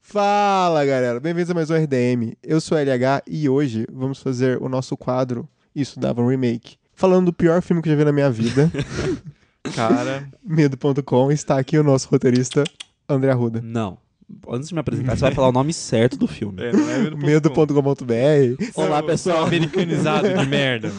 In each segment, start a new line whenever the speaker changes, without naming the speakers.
Fala galera, bem-vindos a mais um RDM. Eu sou LH e hoje vamos fazer o nosso quadro Isso Dava um Remake. Falando do pior filme que eu já vi na minha vida,
Cara,
medo.com, está aqui o nosso roteirista André Arruda.
Não. Antes de me apresentar, você vai falar o nome certo do filme.
é, não é medo.com.
Medo.com.br
Olá,
Seu-
pessoal.
seu Americanizado de merda.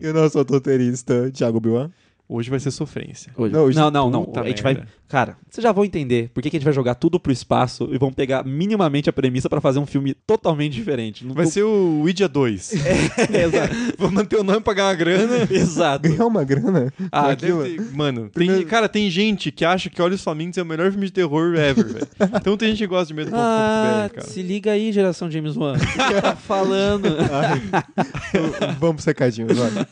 e o nosso outro roteirista Thiago Bilan.
Hoje vai ser sofrência.
Hoje-
Não, hoje-
Não, não, não.
Puta
A gente vai.
merda.
Cara, vocês já vão entender por que, que a gente vai jogar tudo pro espaço e vão pegar minimamente a premissa pra fazer um filme totalmente diferente. Não
Vai
tô-
ser o Ouija 2.
É, Exato.
Vou manter o nome, pagar uma grana.
Exato.
Ganhou uma grana? com
Ah,
aquilo?
deve ter, mano, tem-
Primeiro-
cara, tem gente que acha que Olhos Famintos é o melhor filme de terror ever, velho. Então tem gente que gosta de medo.com.br,
Ah,
cara.
se liga aí, geração James Wan. O que você tá falando?
Então, Vamos pro secadinho agora.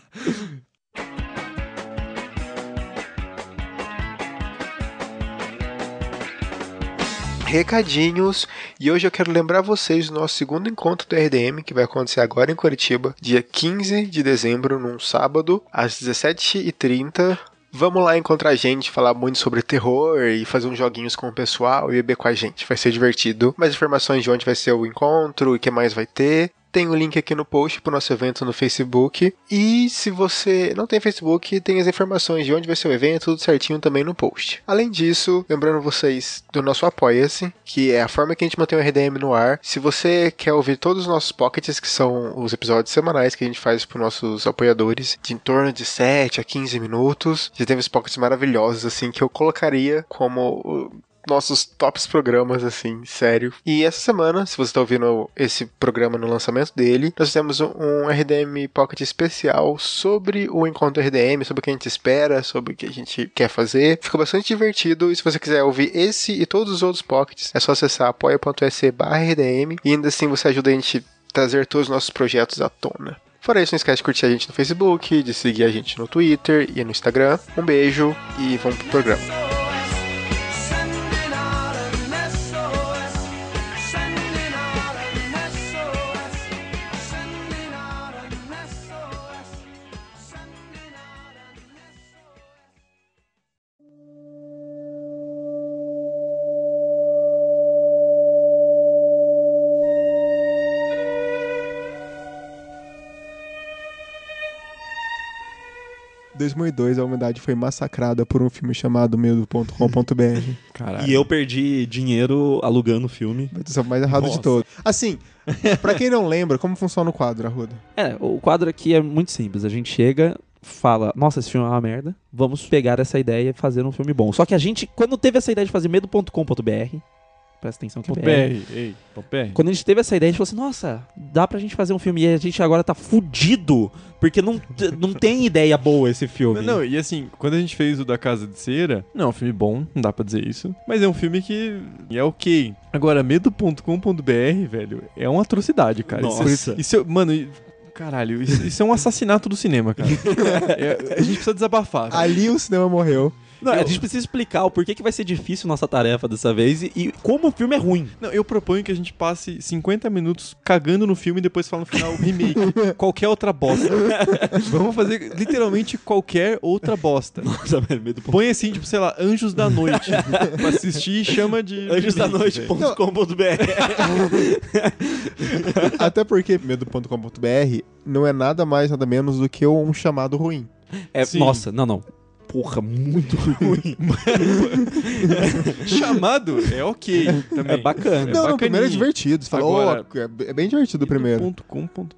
Recadinhos, e hoje eu quero lembrar vocês do nosso segundo encontro do RDM, que vai acontecer agora em Curitiba, dia 15 de dezembro, num sábado, às 17h30. Vamos lá encontrar a gente, falar muito sobre terror e fazer uns joguinhos com o pessoal e beber com a gente. Vai ser divertido. Mais informações de onde vai ser o encontro e o que mais vai ter. Tem o link aqui no post pro nosso evento no Facebook. E se você não tem Facebook, tem as informações de onde vai ser o evento, tudo certinho também no post. Além disso, lembrando vocês do nosso Apoia-se, que é a forma que a gente mantém o RDM no ar. Se você quer ouvir todos os nossos pockets, que são os episódios semanais que a gente faz para nossos apoiadores, de em torno de 7 a 15 minutos, já teve os pockets maravilhosos, assim, que eu colocaria como o- nossos tops programas, assim, sério. E essa semana, se você tá ouvindo esse programa no lançamento dele, nós temos um- um RDM Pocket especial sobre o encontro RDM, sobre o que a gente espera, sobre o que a gente quer fazer. Ficou bastante divertido e se você quiser ouvir esse e todos os outros pockets, é só acessar apoia.se barra RDM e ainda assim você ajuda a gente a trazer todos os nossos projetos à tona. Fora isso, não esquece de curtir a gente no Facebook, de seguir a gente no Twitter e no Instagram. Um beijo e vamos pro programa.
Sending out an SOS. Sending out an SOS. Sending out an SOS. Sending out an SOS.
Em 2002, a humanidade foi massacrada por um filme chamado Medo.com.br.
Caralho.
E eu perdi dinheiro alugando o filme.
Vai ter o mais errado de
Nossa.
todos. Assim, pra quem não lembra, como funciona o quadro, Arruda?
É, o quadro aqui é muito simples. A gente chega, fala, nossa, esse filme é uma merda. Vamos pegar essa ideia e fazer um filme bom. Só que a gente, quando teve essa ideia de fazer medo.com.br, presta atenção que é BR.
.br, ei, .br.
Quando a gente teve essa ideia, a gente falou assim, nossa, dá pra gente fazer um filme. E a gente agora tá fudido, porque não, não tem ideia boa esse filme.
Mas não, e assim, quando a gente fez o da Casa de Cera, não, é um filme bom, não dá pra dizer isso, mas é um filme que é ok. Agora, medo.com.br, velho, é uma atrocidade, cara. Isso-
Nossa.
Isso, é- mano, e- caralho, isso, isso é um assassinato do cinema, cara. É, a gente precisa desabafar. velho.
Ali o cinema morreu.
Não, a
eu-
gente precisa explicar o porquê que vai ser difícil nossa tarefa dessa vez e, e como o filme é ruim.
Não, eu proponho que a gente passe 50 minutos cagando no filme e depois fala no final remake. qualquer outra bosta. Vamos fazer literalmente qualquer outra bosta.
Nossa, mas medo.
Põe assim, tipo, sei lá, Anjos da Noite pra assistir e chama de. remake, velho.
Anjosdanoite.com.br
Até porque medo.com.br não é nada mais, nada menos do que um chamado ruim.
É,
Sim.
nossa, não, não. Porra, muito ruim.
Chamado é ok também.
É bacana.
não, não, o primeiro
bacaninha.
é divertido. Você fala, "Oh,
Agora-
é bem divertido o primeiro.
.com.br,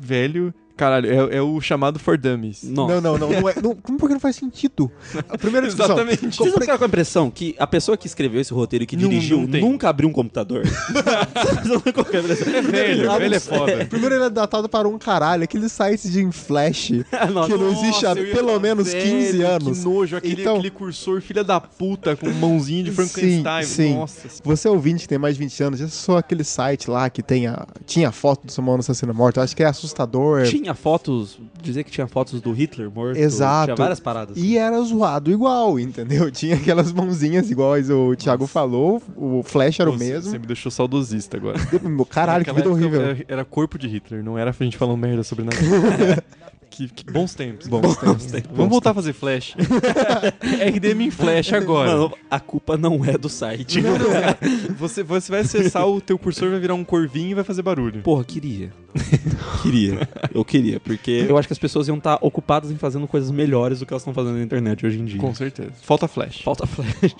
velho. Caralho, é, é o chamado for dummies.
Nossa.
Não, não, não. não, é, não como porque não faz sentido? A primeira discussão.
Exatamente.
Vocês não ficaram com a impressão que a pessoa que escreveu esse roteiro e que
Não,
dirigiu
não tem.
nunca abriu um computador? Vocês não ficaram com a impressão?
É velho,
Ah,
velho é
não sei.
foda.
Primeiro ele é datado para um caralho, aqueles sites de flash
Nossa.
que não existe há
Nossa, eu ia
pelo
falar,
menos
velho,
15 anos.
Que nojo, aquele,
Então-
aquele cursor filha da puta com mãozinha de Frankenstein.
sim.
Nossa,
Você ouvinte que tem mais de 20 anos, já só aquele site lá que tem a, tinha a foto do Samuel Assassino Morto, eu acho que é assustador.
Tinha fotos, dizer que tinha fotos do Hitler morto.
Exato.
Tinha várias paradas.
E era zoado igual, entendeu? Tinha aquelas mãozinhas iguais o Thiago falou, o Flash era o
Nossa,
mesmo.
Você me deixou saudosista agora.
Caralho, que
Naquela
vida
época
horrível.
Era, era corpo de Hitler, não era a gente falando merda sobre nada. Que, que bons tempos.
Bons tempos.
Vamos voltar a fazer flash. RDM em flash agora.
Mano, a culpa não é do site.
Não, não, não. Você, você vai acessar o teu cursor, vai virar um corvinho e vai fazer barulho.
Porra, queria. queria. Eu queria, porque eu acho que as pessoas iam estar ocupadas em fazendo coisas melhores do que elas estão fazendo na internet hoje em dia.
Com certeza. Falta flash.
Falta flash.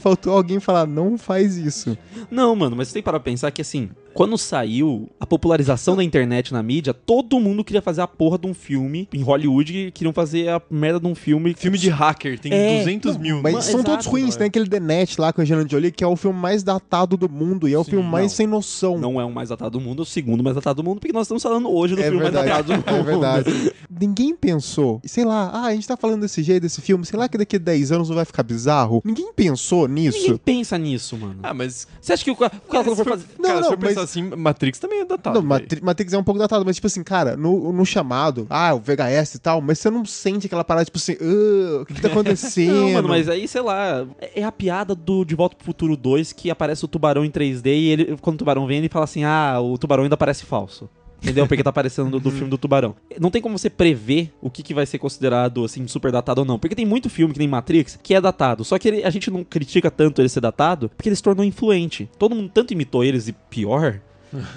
Faltou alguém falar, não faz isso.
Não, mano, mas você tem que parar pra pensar que assim, quando saiu a popularização da internet na mídia, todo mundo queria fazer a porra de um filme em Hollywood, que queriam fazer a merda de um filme.
Filme de hacker, tem
É,
200 mil.
Mas
Mano,
são todos
exato, é.
ruins.
mano.
Tem aquele The Net lá com a Angelina Jolie, que é o filme mais datado do mundo e é o
Sim,
filme mais
não.
sem noção.
Não é o mais datado do mundo, é o segundo mais datado do mundo, porque nós estamos falando hoje do
É
filme
verdade,
mais datado do mundo.
é verdade. Ninguém pensou, sei lá, ah, a gente tá falando desse jeito, desse filme, sei lá que daqui a 10 anos não vai ficar bizarro. Ninguém pensou nisso.
Ninguém pensa nisso, mano.
Ah, mas.
Você acha que o cara quando for fazer.
Não,
Não,
cara,
não,
se eu
mas-
pensar assim, Matrix também é datado.
Não,
velho.
Matri- Matrix é um pouco datado, mas tipo assim, cara, no, no chamado, ah, o VHS e tal, mas você não sente aquela parada, tipo assim, "Ah, o que, que tá acontecendo?
Não, mano, mas aí, sei lá, é é a piada do De Volta pro Futuro 2 que aparece o tubarão em 3D e ele, quando o tubarão vem, ele fala assim: ah, o tubarão ainda parece falso. Entendeu? Porque tá aparecendo do, do filme do tubarão. Não tem como você prever o que, que vai ser considerado, assim, super datado ou não. Porque tem muito filme, que nem Matrix, que é datado. Só que ele- a gente não critica tanto ele ser datado, porque ele se tornou influente. Todo mundo tanto imitou eles e pior,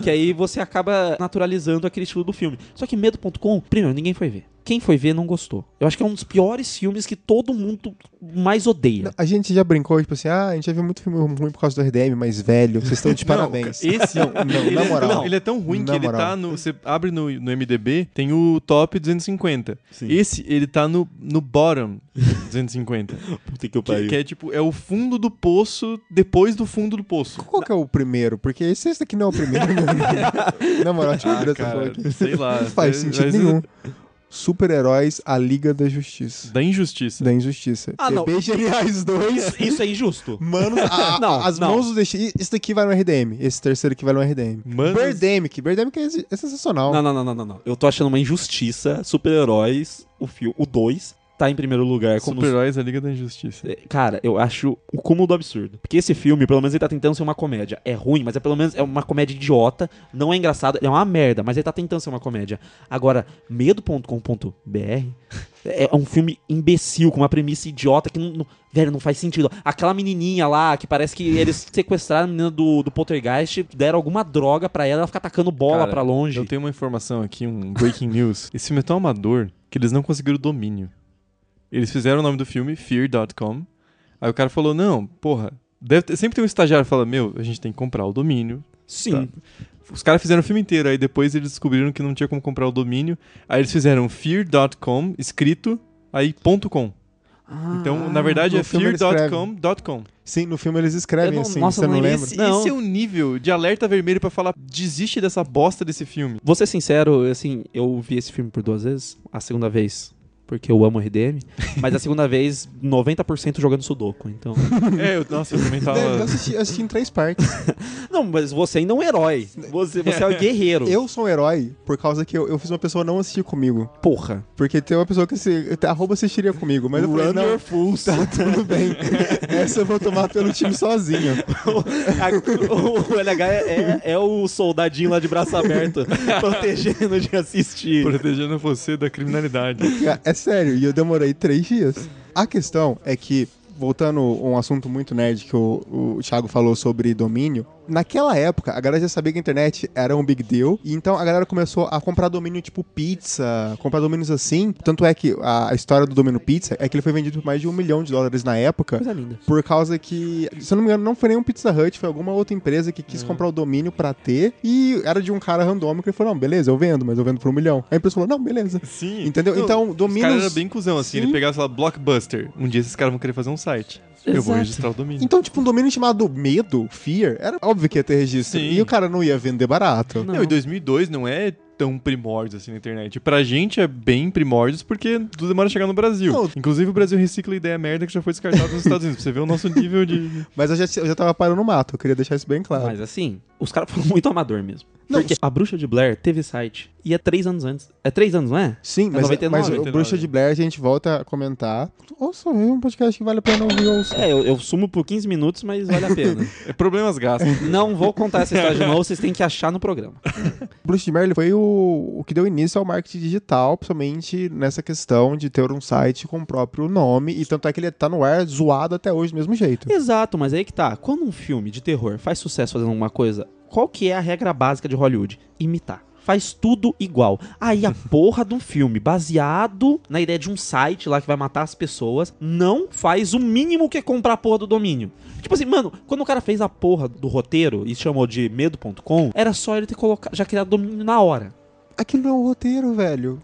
que aí você acaba naturalizando aquele estilo do filme. Só que Medo.com, primeiro, ninguém foi ver. Quem foi ver não gostou. Eu acho que é um dos piores filmes que todo mundo mais odeia.
A gente já brincou, tipo assim, ah, a gente já viu muito filme ruim por causa do RDM, mas velho, vocês estão de
Não,
parabéns.
cara, Esse não,
não, na moral.
ele é tão ruim
Na
que ele
moral.
tá no. Você abre no, no MDB, tem o top 250. Esse, ele tá no, no bottom 250.
Puta que eu
que, que é tipo, é o fundo do poço depois do fundo do poço.
Qual que é o primeiro? Porque esse esse daqui não é o primeiro. né? Na moral, tipo, ah,
Cara,
cara, aqui.
sei lá.
Não faz
é-
sentido
mas-
nenhum. Super-heróis, a Liga da Justiça.
Da injustiça.
Da Injustiça.
Ah, não.
TB Geniais 2.
Isso é injusto.
Manos, a- a-
Não,
as
não.
mãos do destino. Esse daqui vai no RDM. Esse terceiro aqui vai no RDM.
Manos-
Birdemic. Birdemic é, se- é sensacional.
Não, não, não, não, não, não. Eu tô achando uma injustiça. Super-heróis, o filme, o 2, tá em primeiro
é
lugar como
Super-heróis da Liga da Injustiça.
É, Cara, eu acho o cúmulo do absurdo. Porque esse filme, pelo menos, ele tá tentando ser uma comédia. É ruim, mas é pelo menos é uma comédia idiota. Não é engraçado, é uma merda, mas ele tá tentando ser uma comédia. Agora, medo.com.br é é um filme imbecil, com uma premissa idiota que não. não- velho, não faz sentido. Aquela menininha lá que parece que eles sequestraram a menina do, do Poltergeist, deram alguma droga pra ela, ela fica atacando bola
Cara,
pra longe.
Eu tenho uma informação aqui, um breaking news. Esse filme é tão amador que eles não conseguiram o domínio. Eles fizeram o nome do filme, Fear.com. Aí o cara falou: não, porra. deve ter- sempre tem um estagiário que fala: meu, a gente tem que comprar o domínio.
Sim.
Os caras fizeram o filme inteiro, aí depois eles descobriram que não tinha como comprar o domínio. Aí eles fizeram fear.com, escrito, aí ponto .com. Então, na verdade,
Ah. no
é
filme eles escrevem.
fear.com, dot .com.
Sim, no filme eles escrevem
Eu não-
assim,
nossa,
você não
mano,
lembra?
Esse,
Não.
esse é o nível de alerta vermelho pra falar, desiste dessa bosta desse filme.
Vou ser sincero, assim, eu vi esse filme por duas vezes. A segunda vez, porque eu amo RDM. Mas a segunda vez, 90% jogando Sudoku, então.
é, eu, nossa, eu também tava...
Velho, eu assisti, eu assisti em três partes.
Não, mas você ainda é um herói. Você, você é um guerreiro.
Eu sou um herói por causa que eu, eu fiz uma pessoa não assistir comigo.
porra.
Porque tem uma pessoa que se, arroba assistiria comigo, mas eu falei,
Run
não,
your fools.
tá tudo bem. Essa eu vou tomar pelo time sozinho.
A- o, o LH é, é- é o soldadinho lá de braço aberto, protegendo de assistir.
protegendo você da criminalidade.
Cara, É sério, e eu demorei três dias. A questão é que, voltando a um assunto muito nerd que o, o Thiago falou sobre domínio, naquela época a galera já sabia que a internet era um big deal, e então a galera começou a comprar domínio tipo pizza, comprar domínios assim. Tanto é que a, a história do domínio pizza é que ele foi vendido por mais de um milhão de dólares na época.
Coisa linda.
Por causa que, se eu não me engano, não foi nem um Pizza Hut, foi alguma outra empresa que
É.
quis comprar o domínio pra ter. E era de um cara randômico e ele falou: Não, beleza, eu vendo, mas eu vendo por um milhão. Aí a empresa falou: Não, beleza.
Sim.
Entendeu? Então,
Os caras
domínios.
eram bem cuzão, assim.
Sim.
Ele pegava, sei lá, Blockbuster. Um dia esses caras vão querer fazer um site. Eu vou
Exato.
registrar o domínio.
Então, tipo, um domínio chamado Medo, Fear, era óbvio que ia ter registro.
Sim.
E o cara não ia vender barato.
Não, e 2002 não é tão primórdios assim na internet. Pra gente é bem primórdios porque tudo demora a chegar no Brasil.
Não.
Inclusive o Brasil recicla ideia merda que já foi descartada nos Estados Unidos. Pra Você vê o nosso nível de...
Mas eu já, eu já tava parando no mato, eu queria deixar isso bem claro.
Mas assim, Os caras foram muito amador mesmo. Porque a Bruxa de Blair teve site. E é três anos antes. É três anos, não é?
Sim, mas,
99,
mas o
99.
Bruxa de Blair a gente volta a comentar. Ouça, é um podcast que vale a pena ouvir. Ouça.
É, eu, eu sumo por 15 minutos, mas vale a pena.
É problemas gastos.
não vou contar essa história de novo, vocês têm que achar no programa.
Bruce de Blair ele foi o, o que deu início ao marketing digital, principalmente nessa questão de ter um site com o próprio nome, e tanto é que ele tá no ar zoado até hoje do mesmo jeito.
Exato, mas aí que tá. Quando um filme de terror faz sucesso fazendo alguma coisa, qual que é a regra básica de Hollywood? Imitar. Faz tudo igual. Aí a porra de um filme baseado na ideia de um site lá que vai matar as pessoas não faz o mínimo que é comprar a porra do domínio. Tipo assim, mano, quando o cara fez a porra do roteiro e chamou de medo.com, era só ele ter colocado, já criado o domínio na hora.
Aquilo não é um roteiro, velho.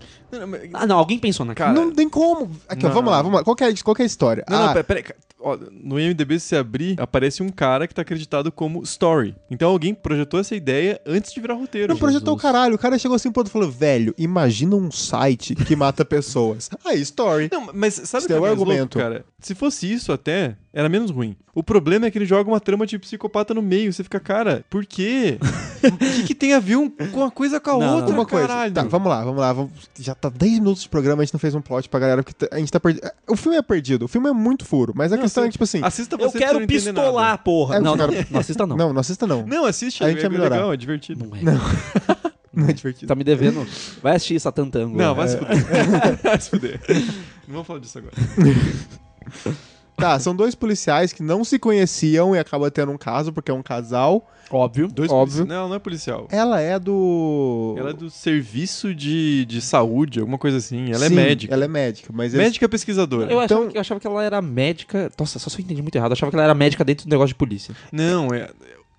Ah, não, alguém pensou naquilo.
Cara,
não tem como. Aqui, ó,
não.
vamos lá, vamos lá. Qual que é, qual que é a história?
Não,
Ah,
não, pera- peraí. ca- ó, no IMDB, se você abrir, aparece um cara que tá acreditado como Story. Então alguém projetou essa ideia antes de virar roteiro.
Não projetou é o
Jesus.
caralho. O cara chegou assim pro outro e falou: velho, imagina um site que mata pessoas. Aí, story.
Não, mas sabe
Isso
o que
é
é
um
mais louco,
argumento.
cara? Se fosse isso até, era menos ruim. O problema é que ele joga uma trama de psicopata no meio. Você fica, cara, por quê? o que, que tem a ver um- com uma coisa com a
Não,
outra,
Uma coisa.
Ah, caralho?
Tá, vamos lá, vamos lá. vamos- Já tá 10 minutos de programa, a gente não fez um plot pra galera, porque a gente tá perdido. O filme é perdido, o filme é muito furo, mas a
Não,
questão
assim,
é tipo assim.
Assista
eu
você pra você
quero
não entender
pistolar,
nada.
porra.
É,
não, não,
cara-
não assista não.
Não, não assista não.
Não, assiste.
A
A
gente vai melhorar.
legal, é divertido.
Não é.
Não é divertido.
Tá me devendo. Vai assistir né? Satan Tango.
Não, vai se fuder.
É.
vai se fuder. Não vamos falar disso agora.
Tá, são dois policiais que não se conheciam e acabam tendo um caso, porque é um casal.
Óbvio.
Dois
Óbvio.
polici- Não, não é policial.
Ela é do.
Ela é do serviço de, de saúde, alguma coisa assim. Ela
Sim,
é médica.
Ela é médica, mas eles-
Médica pesquisadora.
Eu,
Então-
achava, que- eu achava que ela era médica. Nossa, só se eu entendi muito errado. Eu achava que ela era médica dentro do negócio de polícia.
Não, é.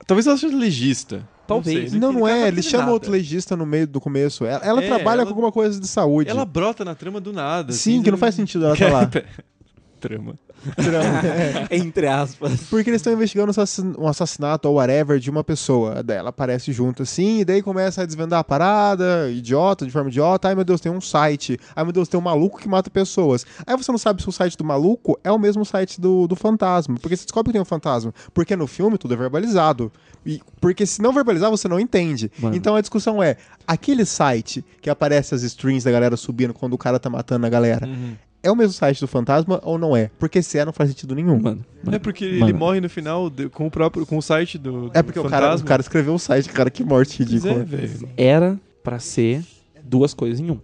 Talvez ela seja legista.
Talvez.
sei, né?
Não, não
ela
é.
teve
Ele chama
nada.
outro legista no meio do começo. Ela, ela
É,
trabalha
ela-
com alguma coisa de saúde.
Ela brota na trama do nada.
Sim,
assim,
que não faz sentido ela tá lá.
trama.
Entre aspas.
Porque eles estão investigando um assassin- um assassinato ou whatever de uma pessoa. Daí ela aparece junto assim, e daí começa a desvendar a parada, idiota, de forma idiota. Ai meu Deus, tem um site. Ai meu Deus, tem um maluco que mata pessoas. Aí você não sabe se o site do maluco é o mesmo site do, do fantasma. Porque você descobre que tem um fantasma. Porque no filme tudo é verbalizado. E, porque se não verbalizar, você não entende.
Mano.
Então a discussão é: aquele site que aparece as strings da galera subindo quando o cara tá matando a galera, é o mesmo site do fantasma ou não é? Porque se é, não faz sentido nenhum.
Mano.
É porque ele
Mano.
morre no final de- com o próprio. com o site do. do
É porque o cara, o
fantasma.
cara escreveu o site, cara, que morte
Pois é,
ridícula.
velho.
Era pra ser duas coisas em um.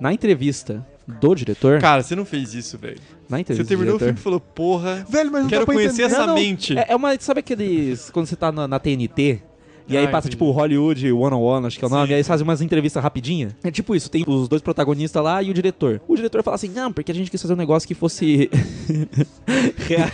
Na entrevista do diretor.
Cara, você não fez isso, velho.
na
Você
entrevista
terminou
do
o filme
diretor,
e falou, porra.
Velho, mas não
Quero
dá pra
conhecer
entender.
essa
Não, não.
mente.
É, é uma. Sabe aqueles. Quando você tá na, na TNT? E aí
Ah,
passa,
entendi.
tipo, Hollywood One on One, acho que é o nome,
Sim.
e aí eles fazem umas entrevistas rapidinha. É tipo isso, tem os dois protagonistas lá e o diretor. O diretor fala assim, não, porque a gente quis fazer um negócio que fosse rea-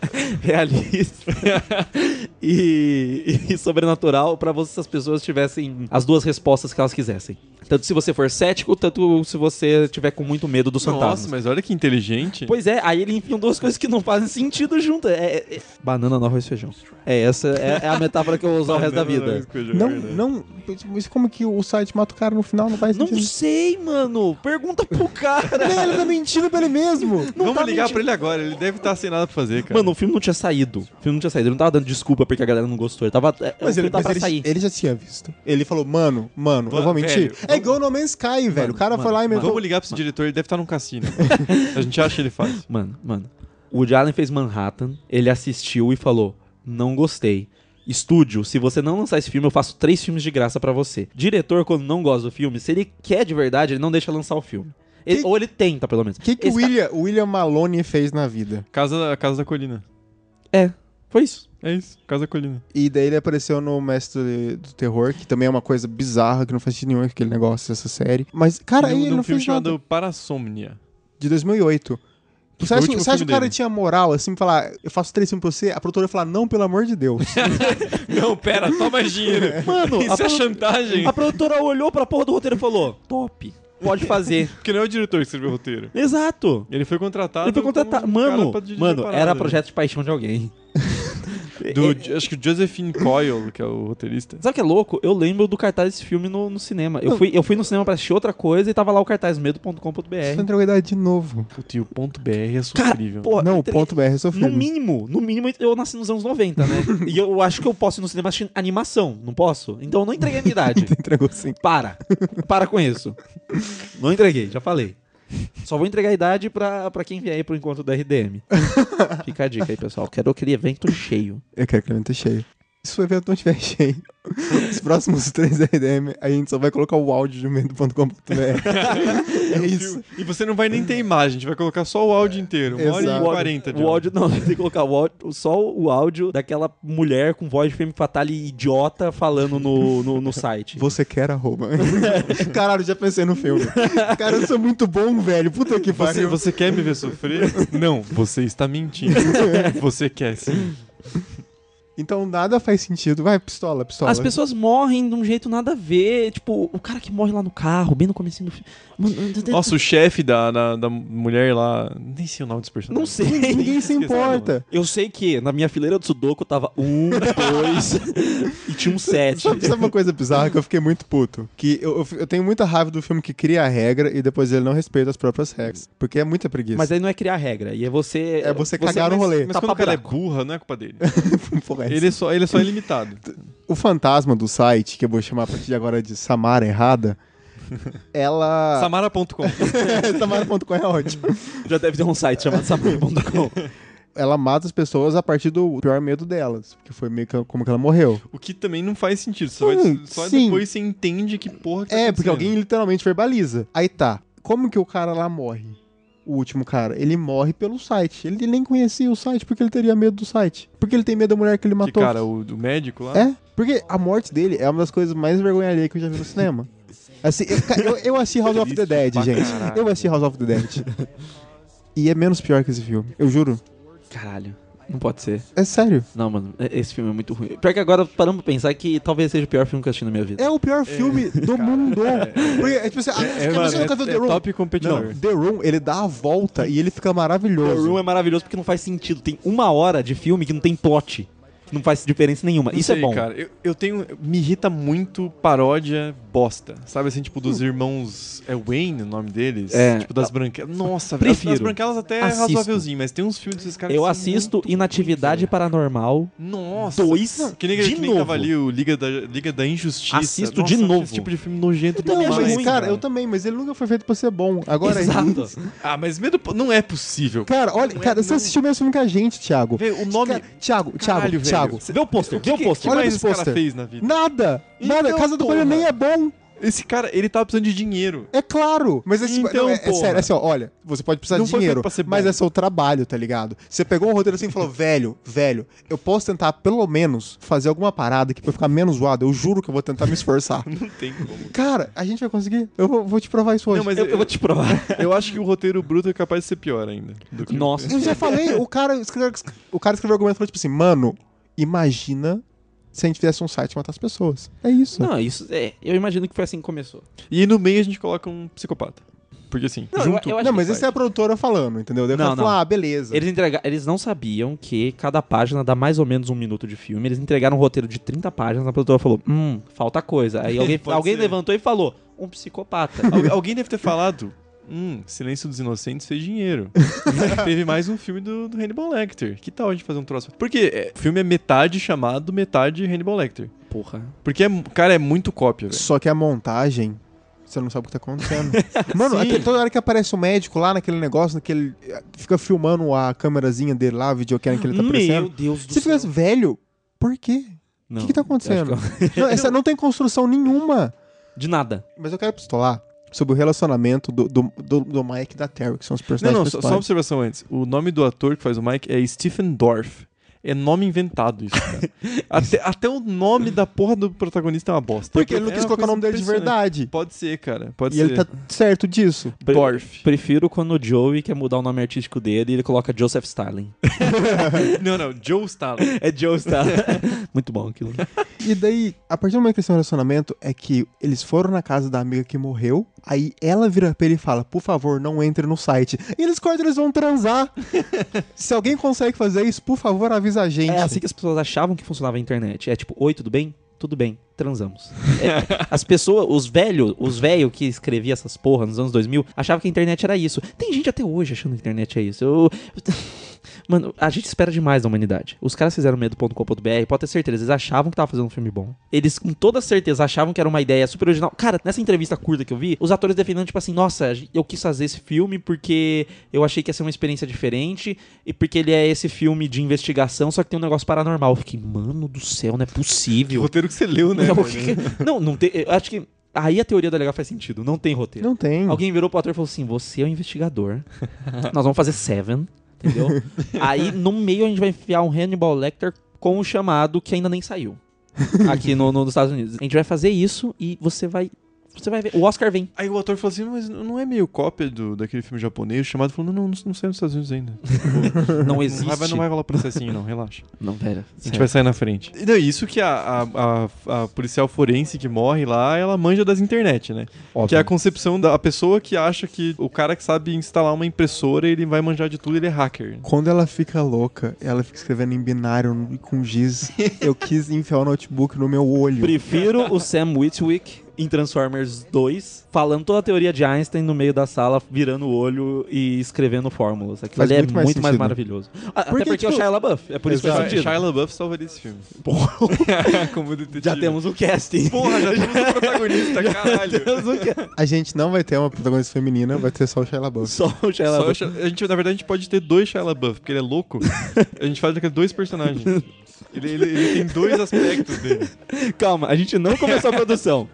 realista e, e sobrenatural pra você se as pessoas tivessem as duas respostas que elas quisessem. Tanto se você for cético, tanto se você tiver com muito medo dos
Nossa,
fantasmas.
mas olha que inteligente.
Pois é, aí ele enfia duas coisas que não fazem sentido juntas. É, é- é- Banana no arroz e feijão. É, essa é, é a metáfora que eu vou usar o resto da vida.
Não,
né?
não. Mas como que o site mata o cara no final? Não faz
Não
sentido.
sei, mano. Pergunta pro cara.
Não, ele tá mentindo pra ele mesmo.
Não
Vamos
tá
ligar
mentindo.
pra ele agora, ele deve estar sem nada pra fazer, cara.
Mano, o filme não tinha saído. O filme não tinha saído. Ele não tava dando desculpa porque a galera não gostou. Ele tava. é, o
Mas, ele,
filme
mas
tava pra
ele-
sair.
ele já tinha visto. Ele falou, mano, mano, eu
Mano,
vou mentir.
velho,
é igual No Man's Sky, velho. o cara
mano,
foi lá e
mano.
inventou.
Vamos ligar pra esse diretor, ele deve estar num cassino. a gente acha que ele faz.
Mano, mano. O Woody Allen fez Manhattan, ele assistiu e falou: Não gostei. Estúdio, se você não lançar esse filme, eu faço três filmes de graça pra você. Diretor, quando não gosta do filme, se ele quer de verdade, ele não deixa lançar o filme. Ele-
Que-
ou ele tenta, pelo menos.
O que, que o
Esse ca-
William, o William Maloney fez na vida?
Casa, casa da Colina.
Foi isso.
É isso, Casa da Colina.
E daí ele apareceu no Mestre do Terror, que também é uma coisa bizarra, que não faz sentido nenhum aquele negócio, essa série. Mas, cara,
E
aí
num-
ele
num
não
um, filme
fez nada.
chamado Parasomnia.
De 2008.
Que
Você
foi o
acha,
último
você acha que o
filme
cara
dele.
tinha moral, assim, pra falar, eu faço três filmes pra você? A produtora ia falar, não, pelo amor de Deus.
Não, pera, toma dinheiro.
Mano, a,
Isso é
produ-
chantagem.
a produtora olhou pra porra do roteiro e falou: Top. Pode fazer.
Porque não é o diretor que escreveu o roteiro.
Exato.
Ele foi contratado.
Ele foi contratado.
como um cara
Mano,
pra dirigir a
mano,
parada.
era projeto de paixão de alguém.
Do, acho que o Josephine Coyle, que é o roteirista.
Sabe o que é louco? Eu lembro do cartaz desse filme no, no cinema. Eu fui, eu fui no cinema pra assistir outra coisa e tava lá o cartaz
Só
medo.com.br.
entregou a idade de novo.
Putz, e o ponto BR é
Cara,
sofrível.
pô,
não, o
tre-
ponto BR é
No
sofrido.
mínimo, no mínimo eu nasci nos anos 90, né? e eu acho que eu posso ir no cinema assistir animação, não posso? Então eu não entreguei a minha idade.
Entregou sim.
Para. Para com isso. Não entreguei, já falei. Só vou entregar a idade pra, pra quem vier aí pro encontro da RDM. Fica a dica aí, pessoal. Quero aquele evento cheio.
Eu quero que ele esteja cheio. Se o evento não estiver cheio, os próximos três RDM, a gente só vai colocar o áudio de medo.com.br. é isso.
E você não vai nem ter imagem, a gente vai colocar só o áudio inteiro. Uma hora
Exato.
e 40 de
O áudio, não, tem que colocar o áudio, só o áudio daquela mulher com voz de fêmea fatale idiota falando no, no, no site.
Você quer arroba. Caralho, já pensei no filme. Cara, eu sou muito bom, velho. Puta que
Você,
pariu.
você quer me ver sofrer? não, você está mentindo. Você quer sim.
Então nada faz sentido. Vai, pistola, pistola.
As pessoas morrem de um jeito nada a ver. Tipo, o cara que morre lá no carro, bem no comecinho do filme. Mano,
Nossa, o chefe da, da, da mulher lá. Nem sei o nome desse personagem.
Não sei.
Ninguém
Esqueci,
se importa.
Eu sei que na minha fileira do Sudoku tava um, dois e tinha um sete.
Sabe, sabe uma coisa bizarra que eu fiquei muito puto? Que eu, eu, fi- eu tenho muita raiva do filme que cria a regra e depois ele não respeita as próprias regras. Porque é muita preguiça.
Mas aí não é criar regra. E é você.
É você cagar no rolê.
Mas
Tapa
quando o cara é
buraco.
burra, não é culpa dele.
Porra,
Ele é só, ele é, só ilimitado.
O fantasma do site, que eu vou chamar a partir de agora de Samara Errada, ela.
Samara.com.
Samara.com é ótimo.
Já deve ter um site chamado Samuel.com.
Ela mata as pessoas a partir do pior medo delas, que foi meio que como que ela morreu.
O que também não faz sentido. Só, vai-
Hum,
só
sim.
depois você entende que porra que tá
É, porque
acontecendo.
alguém literalmente verbaliza. Aí tá. Como que o cara lá morre? O último cara, ele morre pelo site. Ele nem conhecia o site porque ele teria medo do site. Porque ele tem medo da mulher que ele
Que
matou.
cara, o, o médico lá.
É, porque a morte dele é uma das coisas mais vergonharia que eu já vi no cinema. Assim, eu, ca- eu, eu assisti House of the Dead,
Triste pra
gente.
caralho.
Eu assisti House of the Dead. E é menos pior que esse filme, eu juro.
Caralho. Não pode ser.
É sério.
Não, mano, é- esse filme é muito ruim. Pior que agora parando pra pensar que talvez seja o pior filme que eu assisti na minha vida.
É o pior filme do mundo. Porque, é tipo assim, a,
É,
a
mano,
pessoa nunca viu
é-
The
é
Room.
top competidor.
Não, The Room, ele dá a volta e ele fica
The
maravilhoso.
Room é maravilhoso porque não faz sentido. Tem uma hora de filme que não tem plot. Que não faz diferença nenhuma.
Não
Isso
sei,
é bom.
Cara, eu, eu tenho. Me irrita muito paródia bosta. Sabe assim, tipo, dos irmãos. É Wayne o nome deles?
É.
Tipo, das branquelas. Nossa, velho.
Prefiro.
As branquelas até é
Assisto.
razoávelzinho, mas tem uns filmes desses caras.
Eu
que são
assisto
é muito
Inatividade
ruins,
Paranormal.
velho. Nossa.
Dois,
Não, que nem,
de
que nem
novo.
tava ali o Liga da, Liga da Injustiça.
Assisto
Nossa,
de
eu acho
novo.
Esse tipo de filme nojento
Não,
também
demais.
acho
mas,
ruim,
cara,
cara.
eu também, mas ele nunca foi feito pra ser bom. Agora é
Exato.
Ah, mas medo. Não é possível.
Cara, olha,
Não é-
cara, você
não-
assistiu o mesmo filme que a gente, Thiago.
Velho, o nome.
Cara, Thiago, Thiago,
Caralho, velho.
Thiago.
Cê-
Vê o pôster, vê o
que, que
pôster.
Olha
mais
esse
esse cara
pôster.
fez na vida?
Nada!
Então,
Nada! Casa do Banho
porra.
nem é bom!
Esse cara, ele tava precisando de dinheiro.
É claro! Mas esse,
Então,
não, é, é
porra.
sério, é assim, ó, olha, você pode precisar
Não
de
foi feito
dinheiro,
pra ser bom.
mas é seu trabalho, tá ligado? Você pegou um roteiro assim e falou, velho, velho, eu posso tentar pelo menos fazer alguma parada que pra eu ficar menos zoado, eu juro que eu vou tentar me esforçar.
Não tem como.
Cara, a gente vai conseguir. Eu vou, vou te provar isso hoje.
Não, mas
Eu, eu vou te provar.
Eu acho que o roteiro bruto é capaz de ser pior ainda. do que o-
Nossa.
Eu já falei, o cara escreveu, o cara escreveu argumento e falou, tipo assim, mano, imagina se a gente fizesse um site e matar as pessoas. É isso.
Não, isso é. Eu imagino que foi assim que começou.
E aí no meio a gente coloca um psicopata. Porque assim,
Não,
junto.
eu- eu acho
Não, mas
que
isso é a produtora falando, entendeu? Daí o
Não,
cara falou,
não.
ah, beleza.
Eles entregaram. Eles não sabiam que cada página dá mais ou menos um minuto de filme. Eles entregaram um roteiro de 30 páginas, a produtora falou: hum, falta coisa. Aí alguém,
Pode
alguém
ser.
levantou e falou: um psicopata.
Al- alguém deve ter falado. Hum, Silêncio dos Inocentes fez dinheiro. Teve mais um filme do, do Hannibal Lecter. Que tal a gente fazer um troço? Porque é, o filme é metade chamado, metade Hannibal Lecter.
Porra.
Porque, é, mu- cara, é muito cópia, velho.
Só que a montagem, você não sabe o que tá acontecendo. Mano,
Sim.
até toda hora que aparece o médico lá naquele negócio, naquele. Fica filmando a câmerazinha dele lá, a videocamera que ele tá
Meu
aparecendo.
Deus do
Você fica assim,
céu.
velho, por quê? O
Não,
que, que tá
eu acho que
acontecendo?
eu-
Não, essa não tem construção nenhuma.
De nada.
Mas eu quero pistolar sobre o relacionamento do, do, do, do Mike e da Terry, que são os
Não,
personagens
não, só, só uma
principais.
observação antes. O nome do ator que faz o Mike é Stephen Dorff. É nome inventado isso, cara. até, até o nome da porra do protagonista é uma bosta.
Porque ele não
É
quis
uma
colocar o
coisa
nome dele de
impressionante.
verdade.
Pode ser, cara. Pode
E
ser.
ele tá certo disso.
Pre-
Dorf.
Prefiro quando o Joey quer mudar o nome artístico dele e ele coloca Joseph Stalin.
Não, não. Joe Stalin.
É Joe Stalin. Muito bom aquilo.
E daí, a partir do momento que eles têm um relacionamento, é que eles foram na casa da amiga que morreu Aí ela vira pra ele e fala: Por favor, não entre no site. Eles cortam, eles vão transar. Se alguém consegue fazer isso, por favor, avisa a gente.
É assim que as pessoas achavam que funcionava a internet. É tipo, oi, tudo bem? Tudo bem, transamos. É, as pessoas, os velhos, os velhos que escrevia essas porra nos anos 2000, achavam que a internet era isso. Tem gente até hoje achando que a internet é isso. Eu- Mano, a gente espera demais da humanidade. Os caras fizeram medo.com.br, pode ter certeza, eles achavam que tava fazendo um filme bom. Eles com toda certeza achavam que era uma ideia super original. Cara, nessa entrevista curta que eu vi, os atores defendendo, tipo assim, nossa, eu quis fazer esse filme porque eu achei que ia ser uma experiência diferente e porque ele é esse filme de investigação, só que tem um negócio paranormal. Eu fiquei, mano do céu, não é
O
possível.
roteiro que você leu, né?
Não, porque- não, não tem. Eu acho que. Aí a teoria da legal faz sentido. Não tem roteiro.
Não tem.
Alguém virou pro ator e falou assim: Você é o investigador. Nós vamos fazer Seven. Entendeu? Aí no meio a gente vai enfiar um Hannibal Lecter com o chamado que ainda nem saiu. Aqui no, no- nos Estados Unidos. A gente vai fazer isso e você vai. Você vai ver. O Oscar vem.
Aí o ator falou assim, mas não é meio cópia do, daquele filme japonês? O chamado falou, não, não, não saiu nos Estados Unidos ainda. Tipo,
Não
Não
existe.
vai, não vai rolar processinho, não, relaxa.
Não, pera.
A gente vai sair na frente. E não, isso que a, a- a- a policial forense que morre lá, ela manja das internet, né? Que é a concepção da a pessoa que acha que o cara que sabe instalar uma impressora, ele vai manjar de tudo, ele é hacker.
Quando ela fica louca, ela fica escrevendo em binário e com giz. Eu quis enfiar o notebook no meu olho.
Prefiro o Sam Witwick em Transformers 2, falando toda a teoria de Einstein no meio da sala, virando o olho e escrevendo fórmulas. Aquilo
Faz
ali é
muito mais
muito mais
sentido.
maravilhoso. Ah,
Porque,
Até porque é o
tipo,
Shia LaBeouf. É por isso que
Exato.
faz
Shia
sentido.
Shia LaBeouf salvaria esse filme. Como detetive.
Já temos o casting.
Porra, já temos um o protagonista, caralho.
Temos o ca-
A gente não vai ter uma protagonista feminina, vai ter só o Shia LaBeouf.
Só o Shia
Só
LaBeouf.
o Shia- a gente, na verdade, a gente pode ter dois Shia LaBeouf, porque ele é louco. a gente faz daqueles dois personagens. Ele, ele- ele tem dois aspectos dele.
Calma, a gente não começou a produção.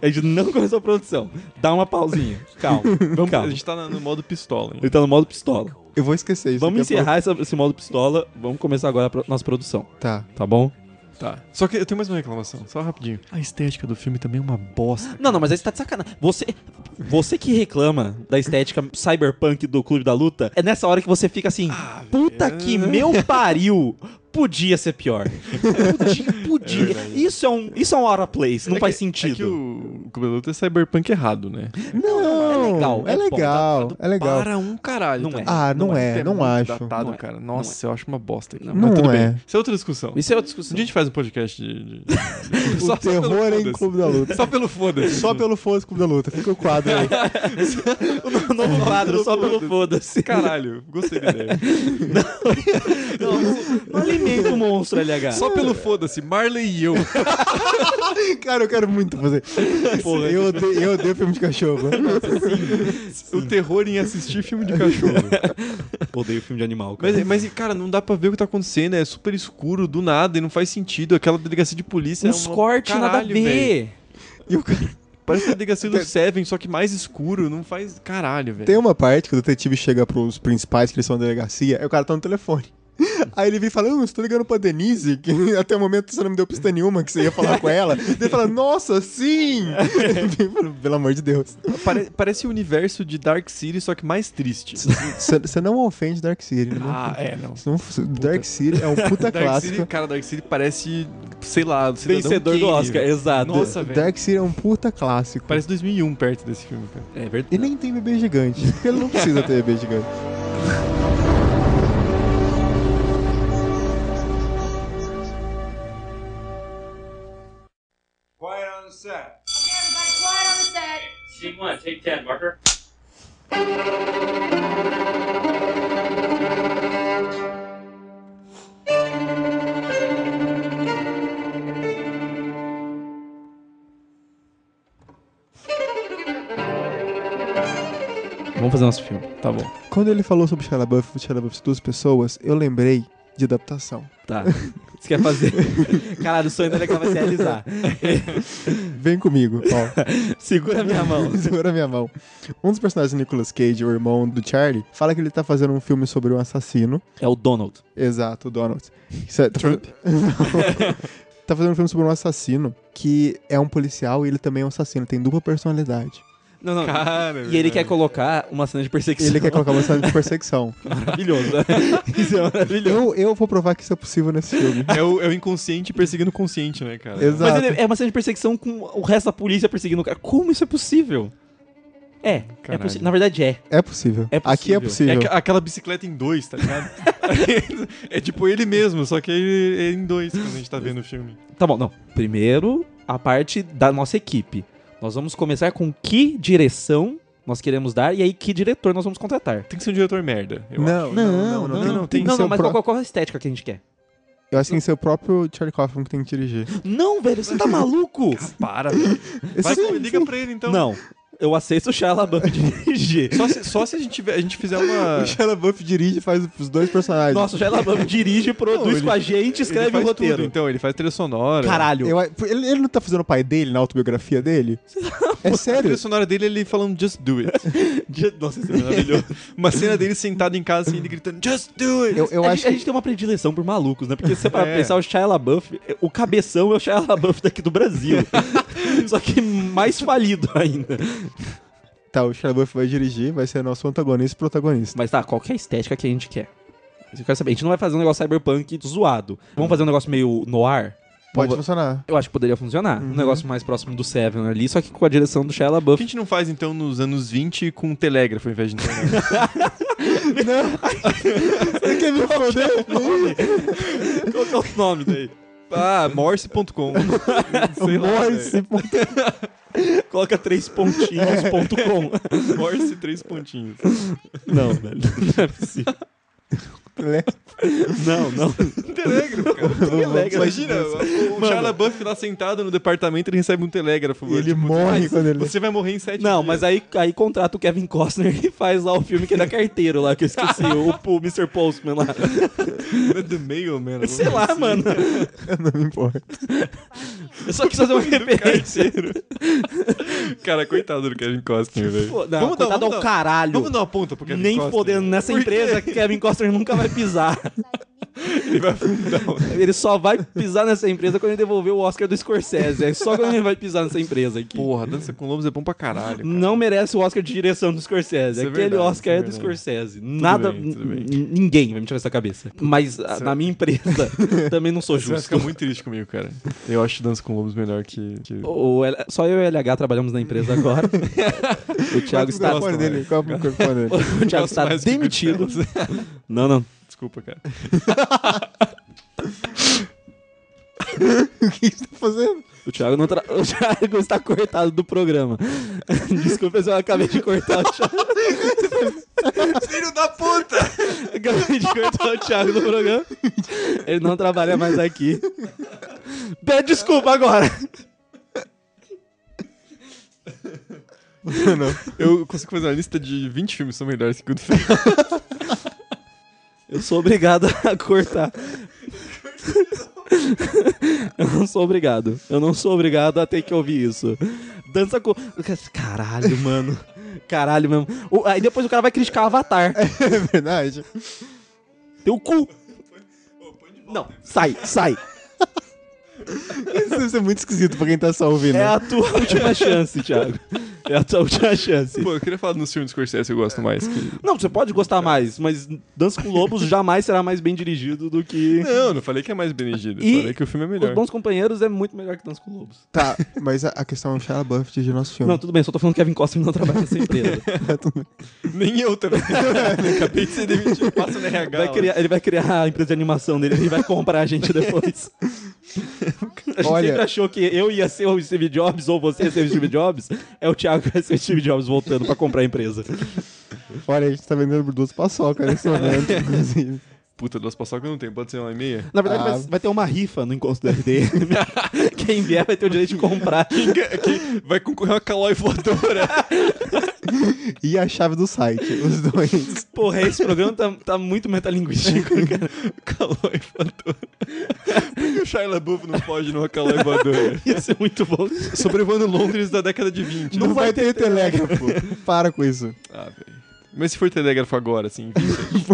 A gente não começou a produção. Dá uma pausinha. Calma. Vamos,
A
calma.
gente tá na- no modo pistola. né? hein?
Ele tá no modo pistola.
Eu vou esquecer isso.
Vamos
daqui a
encerrar essa- esse modo pistola. Vamos começar agora a pro- nossa produção.
pouco. Tá.
Tá bom?
Tá. Só que eu tenho mais uma reclamação, só rapidinho. A estética do filme também é uma bosta.
Não, não, mas aí você tá de sacanagem. Você, você que reclama da estética cyberpunk do Clube da Luta, é nessa hora que você fica assim,
Ah,
puta que meu pariu, podia ser pior. Podia, podia. isso, é um, isso é um out of place, não
É
faz
que-
sentido.
É que o, o Clube da Luta é cyberpunk errado, né?
Não,
é legal,
É
é bom,
legal, é legal.
Para um caralho.
Não
também.
é.
Ah, não,
Não
é,
É
não
muito
acho.
datado,
Não é.
cara. Nossa, eu acho uma bosta. Não,
Não
mas tudo
é.
bem. Isso é outra discussão.
Isso é
Um
outra discussão.
dia a gente faz um podcast de... de-
O
só pelo
terror é em
foda-se.
Clube da Luta.
Só pelo foda-se.
Só pelo foda Clube da Luta. Fica o quadro aí.
Um novo quadro, só pelo foda-se.
Caralho, gostei da ideia.
Não, não alimenta o monstro, LH.
Só pelo foda-se, Marley e eu.
Cara, eu quero muito fazer.
Porra.
Eu odeio, eu odeio filme de cachorro.
O terror em assistir filme de cachorro.
Odeio filme de animal, cara.
Mas, mas, cara, não dá pra ver o que tá acontecendo. É super escuro, do nada, e não faz sentido. Aquela delegacia de polícia
Uns
é uma...
cortes, Um nada a
Caralho, velho.
ver.
E o cara-
Parece a delegacia do Seven, só que mais escuro. Não faz... Caralho, velho.
Tem um- uma parte que o detetive chega pros principais que eles são da delegacia, aí o cara tá no telefone. Aí ele vem e fala, eu estou ligando pra Denise, que até o momento você não me deu pista nenhuma que você ia falar com ela. Daí ele fala, nossa, sim! Pelo amor de Deus.
Pare- parece o universo de Dark City, só que mais triste.
Você você não ofende Dark City, né?
ah, é, não.
Você não- Dark City é um puta
Dark City,
clássico.
cara, Dark City parece, sei lá, do Cidadão
Vencedor do
Kane.
Oscar, exato.
Nossa, velho.
Dark City é um puta clássico.
Parece 2001 perto desse filme, cara.
É verdade.
E nem tem bebê gigante. Porque ele não precisa ter bebê gigante.
Quiet on the set.
Okay, everybody, quiet on the set.
Scene one, take ten, marker.
Vamos fazer nosso filme.
Tá bom.
Quando ele falou sobre Shia LaBeouf, Shia LaBeouf duas pessoas, eu lembrei de adaptação.
Tá. Você quer fazer? Caralho, o sonho da Legal vai se realizar.
Vem comigo, ó.
Segura minha mão.
Segura minha mão. Um dos personagens do Nicolas Cage, o irmão do Charlie, fala que ele tá fazendo um filme sobre um assassino.
É o Donald.
Exato, o Donald. Isso é- tá fazendo- tá fazendo um filme sobre um assassino que é um policial e ele também é um assassino. Tem dupla personalidade.
Não, não.
Cara,
e ele quer colocar uma cena de perseguição.
Ele quer colocar uma cena de perseguição.
maravilhoso. né? Isso é maravilhoso.
Eu, eu vou provar que isso é possível nesse filme.
É o, é o inconsciente perseguindo o consciente, né, cara?
Exato.
é Mas ele- é uma cena de perseguição com o resto da polícia perseguindo o cara. Como isso é possível? É, é
Caralho.
possi- na verdade é.
É possível.
É
Aqui é
É
possível.
aqu- aquela bicicleta em dois, tá ligado? é tipo ele mesmo, só que ele é em dois quando a gente tá vendo o filme.
Tá bom, não. Primeiro, a parte da nossa equipe. Nós vamos começar com que direção nós queremos dar e aí que diretor nós vamos contratar.
Tem que ser um diretor merda. Eu acho.
Não, não,
não,
não, não, tem-
não,
tem que
não,
ser
não,
o
mas
pró-
qual, qual a estética que a gente quer?
Eu acho que tem que ser o próprio Charlie Kaufman que tem que dirigir.
Não, velho, você tá maluco?
Para, velho. Vai,
Sim,
liga pra ele então.
Não, eu aceito o Shia LaBeouf dirigir.
Só se, só se a, gente tiver- a gente fizer uma.
O Shia LaBeouf dirige e faz os dois personagens.
Nossa, o Shia LaBeouf dirige, produz
ele-
com a gente,
Ele
escreve o
faz
roteiro.
tudo, então, ele faz trilha sonora.
Caralho.
Eu- ele, ele não tá fazendo o pai dele na autobiografia dele? É
A trilha
sério?
sonora dele, ele falando Just Do It.
Nossa, é esse
Maravilhoso. Uma cena dele sentado em casa assim, ele gritando Just Do It!
Eu, eu
a,
acho
gente, a gente tem uma predileção por malucos, né? Porque se você para
É.
pensar, o Shia LaBeouf, o cabeção é o Shia LaBeouf daqui do Brasil. Só que mais falido ainda.
Tá, o Shia LaBeouf vai dirigir, vai ser nosso antagonista e protagonista.
Mas tá, qual que é a estética que a gente quer? Eu quero saber, a gente não vai fazer um negócio cyberpunk zoado. Vamos fazer um negócio meio noir?
Pode
Vamos-
funcionar.
Eu acho que poderia funcionar. Um negócio mais próximo do Seven ali, só que com a direção do Shia
Por que
LaBeouf.
a gente não faz então nos anos 20 com um telégrafo ao invés de internet?
Você quer me foder?
Qual que é o nome daí?
ah, morse.com. Sei lá,
Morse. puta.
Coloca três pontinhos,
É.
ponto com.
velho. Morse três pontinhos.
Não, velho. Não é possível. Não, não.
Telégrafo, cara.
Telegram.
Imagina, o Shia LaBeouf lá sentado no departamento, ele recebe um telégrafo.
E ele
tipo,
morre quando ele...
Você vai morrer em sete
Não,
dias.
mas aí, aí contrata o Kevin Costner e faz lá o filme que é da carteiro lá, que eu esqueci, o, o Mr. Postman lá.
mas... The Mail, mano.
Sei lá, mano.
Não me importa.
Eu só quis fazer uma
um
referência.
Cara, coitado do Kevin Costner, velho.
Pô, não,
Vamos dar-
coitado
vamos
ao
dar-
caralho.
Vamos dar uma ponta pro Kevin
Nem
Costner.
fodendo nessa
Por quê?
empresa que Kevin Costner nunca vai pisar.
Ele vai afundar. mano.
Ele só vai pisar nessa empresa quando ele devolver o Oscar do Scorsese. É só quando ele vai pisar nessa empresa aqui.
Porra, dança com lobos é bom pra caralho. cara.
Não merece o Oscar de direção do Scorsese.
Isso é
Aquele
verdade,
Oscar
isso
é
é
do
verdade.
Scorsese. Nada.
bem, tudo bem.
n- Ninguém vai me tirar essa cabeça. Mas a- na minha empresa também não sou
Você vai
justo.
ficar muito triste comigo, cara. Eu acho Dança com Lobos melhor que... que...
O- o L- Só eu e o LH trabalhamos na empresa agora. o Thiago
Qual
está,
é o microfone dele? Qual é o microfone dele?
o Thiago
Gosto
está
mais que
demitido.
Goodfellas.
Não, não.
Desculpa, cara.
O que você tá fazendo?
O Thiago, não tra- o Thiago está cortado do programa. Desculpa se eu acabei de cortar o Thiago.
Filho da puta!
Acabei de cortar o Thiago do programa. Ele não trabalha mais aqui. Pede desculpa agora.
Não, não.
Eu consigo fazer uma lista de 20 filmes que são melhores que Goodfellas.
Eu sou obrigado a cortar. Eu não sou obrigado. Eu não sou obrigado a ter que ouvir isso. Dança com. Caralho, mano. Caralho mesmo. O- Aí depois o cara vai criticar o Avatar.
É verdade.
Teu cu. Não, sai, sai.
Isso deve ser muito esquisito pra quem tá só ouvindo.
É a tua última chance, Thiago. É a tua última chance.
Pô, eu queria falar nos filmes do Scorsese que eu gosto mais. que-
Não, você pode gostar mais, mas Dança com Lobos jamais será mais bem dirigido do que.
Não, eu não falei que é mais Benedito.
E-
Eu falei que o filme é
Os
melhor.
Bons Companheiros é muito melhor que Dança com Lobos.
Tá, mas a, a questão é o Shia LaBeouf dirigir nosso filme.
Não, tudo bem, só tô falando que Kevin Costner não trabalha nessa empresa.
Nem eu também. Acabei de ser demitido. Passa no RH.
Vai criar- ele vai criar a empresa de animação dele, ele vai comprar a gente depois. a gente
Olha-
sempre achou que eu ia ser o Steve Jobs ou você ia ser o Steve Jobs. É o Thiago que vai ser o Steve Jobs voltando pra comprar a empresa.
Olha, a gente tá vendendo duas paçocas nesse momento, inclusive.
lá. Puta, duas paçocas não tem. Pode ser uma e meia?
Na verdade,
Ah.
vai, vai ter uma rifa no encontro da RDM. Quem vier vai ter o direito de comprar.
Quem vai concorrer uma calói voadora.
E a chave do site, os dois.
Porra, esse programa tá, tá muito metalinguístico, cara.
calói voadora. Por que o Shia LaBeouf não pode numa calói voadora?
Ia ser muito bom.
Sobrevoando Londres da década de 20.
Não, vai ter, telégrafo. Para com isso.
Ah, velho. Mas se for telégrafo agora, assim,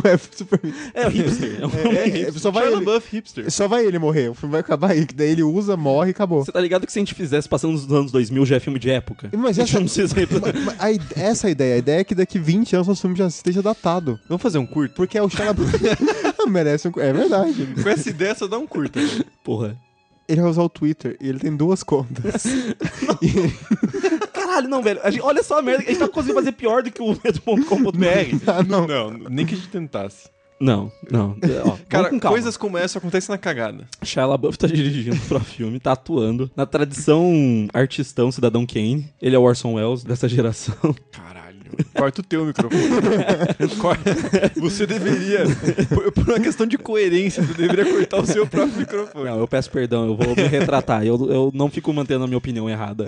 É super...
É o hipster. É um-
é, é, só, vai
Shia
ele,
LaBeouf hipster.
só vai ele morrer. O filme vai acabar aí. que Daí ele usa, morre e acabou.
Você tá ligado que se a gente fizesse passando nos anos 2000 já é filme de época?
Mas
a gente
essa-
não precisa ir pra-
Mas A, ide- essa é a ideia. A ideia é que daqui 20 anos nosso filme já esteja datado.
Vamos fazer um curto?
Porque é o Shia LaBeouf. Merece um... É verdade.
Com essa ideia, só dá um curto. velho.
Porra.
Ele vai usar o Twitter e ele tem duas contas.
Caralho, não, velho. A gente- olha só a merda. A gente tá conseguindo fazer pior do que o medo.com.br.
Ah, não.
Não, nem que a gente tentasse.
Não, não. É, Ó,
Cara,
vamos com calma.
coisas como essa acontecem na cagada.
Shia LaBeouf tá dirigindo pro filme, tá atuando. Na tradição artistão, cidadão Kane. Ele é o Orson Welles dessa geração.
Caralho. Corta o teu microfone. Corta. Você deveria, por, por uma questão de coerência, você deveria cortar o seu próprio microfone.
Não, eu peço perdão, eu vou me retratar. Eu, eu não fico mantendo a minha opinião errada.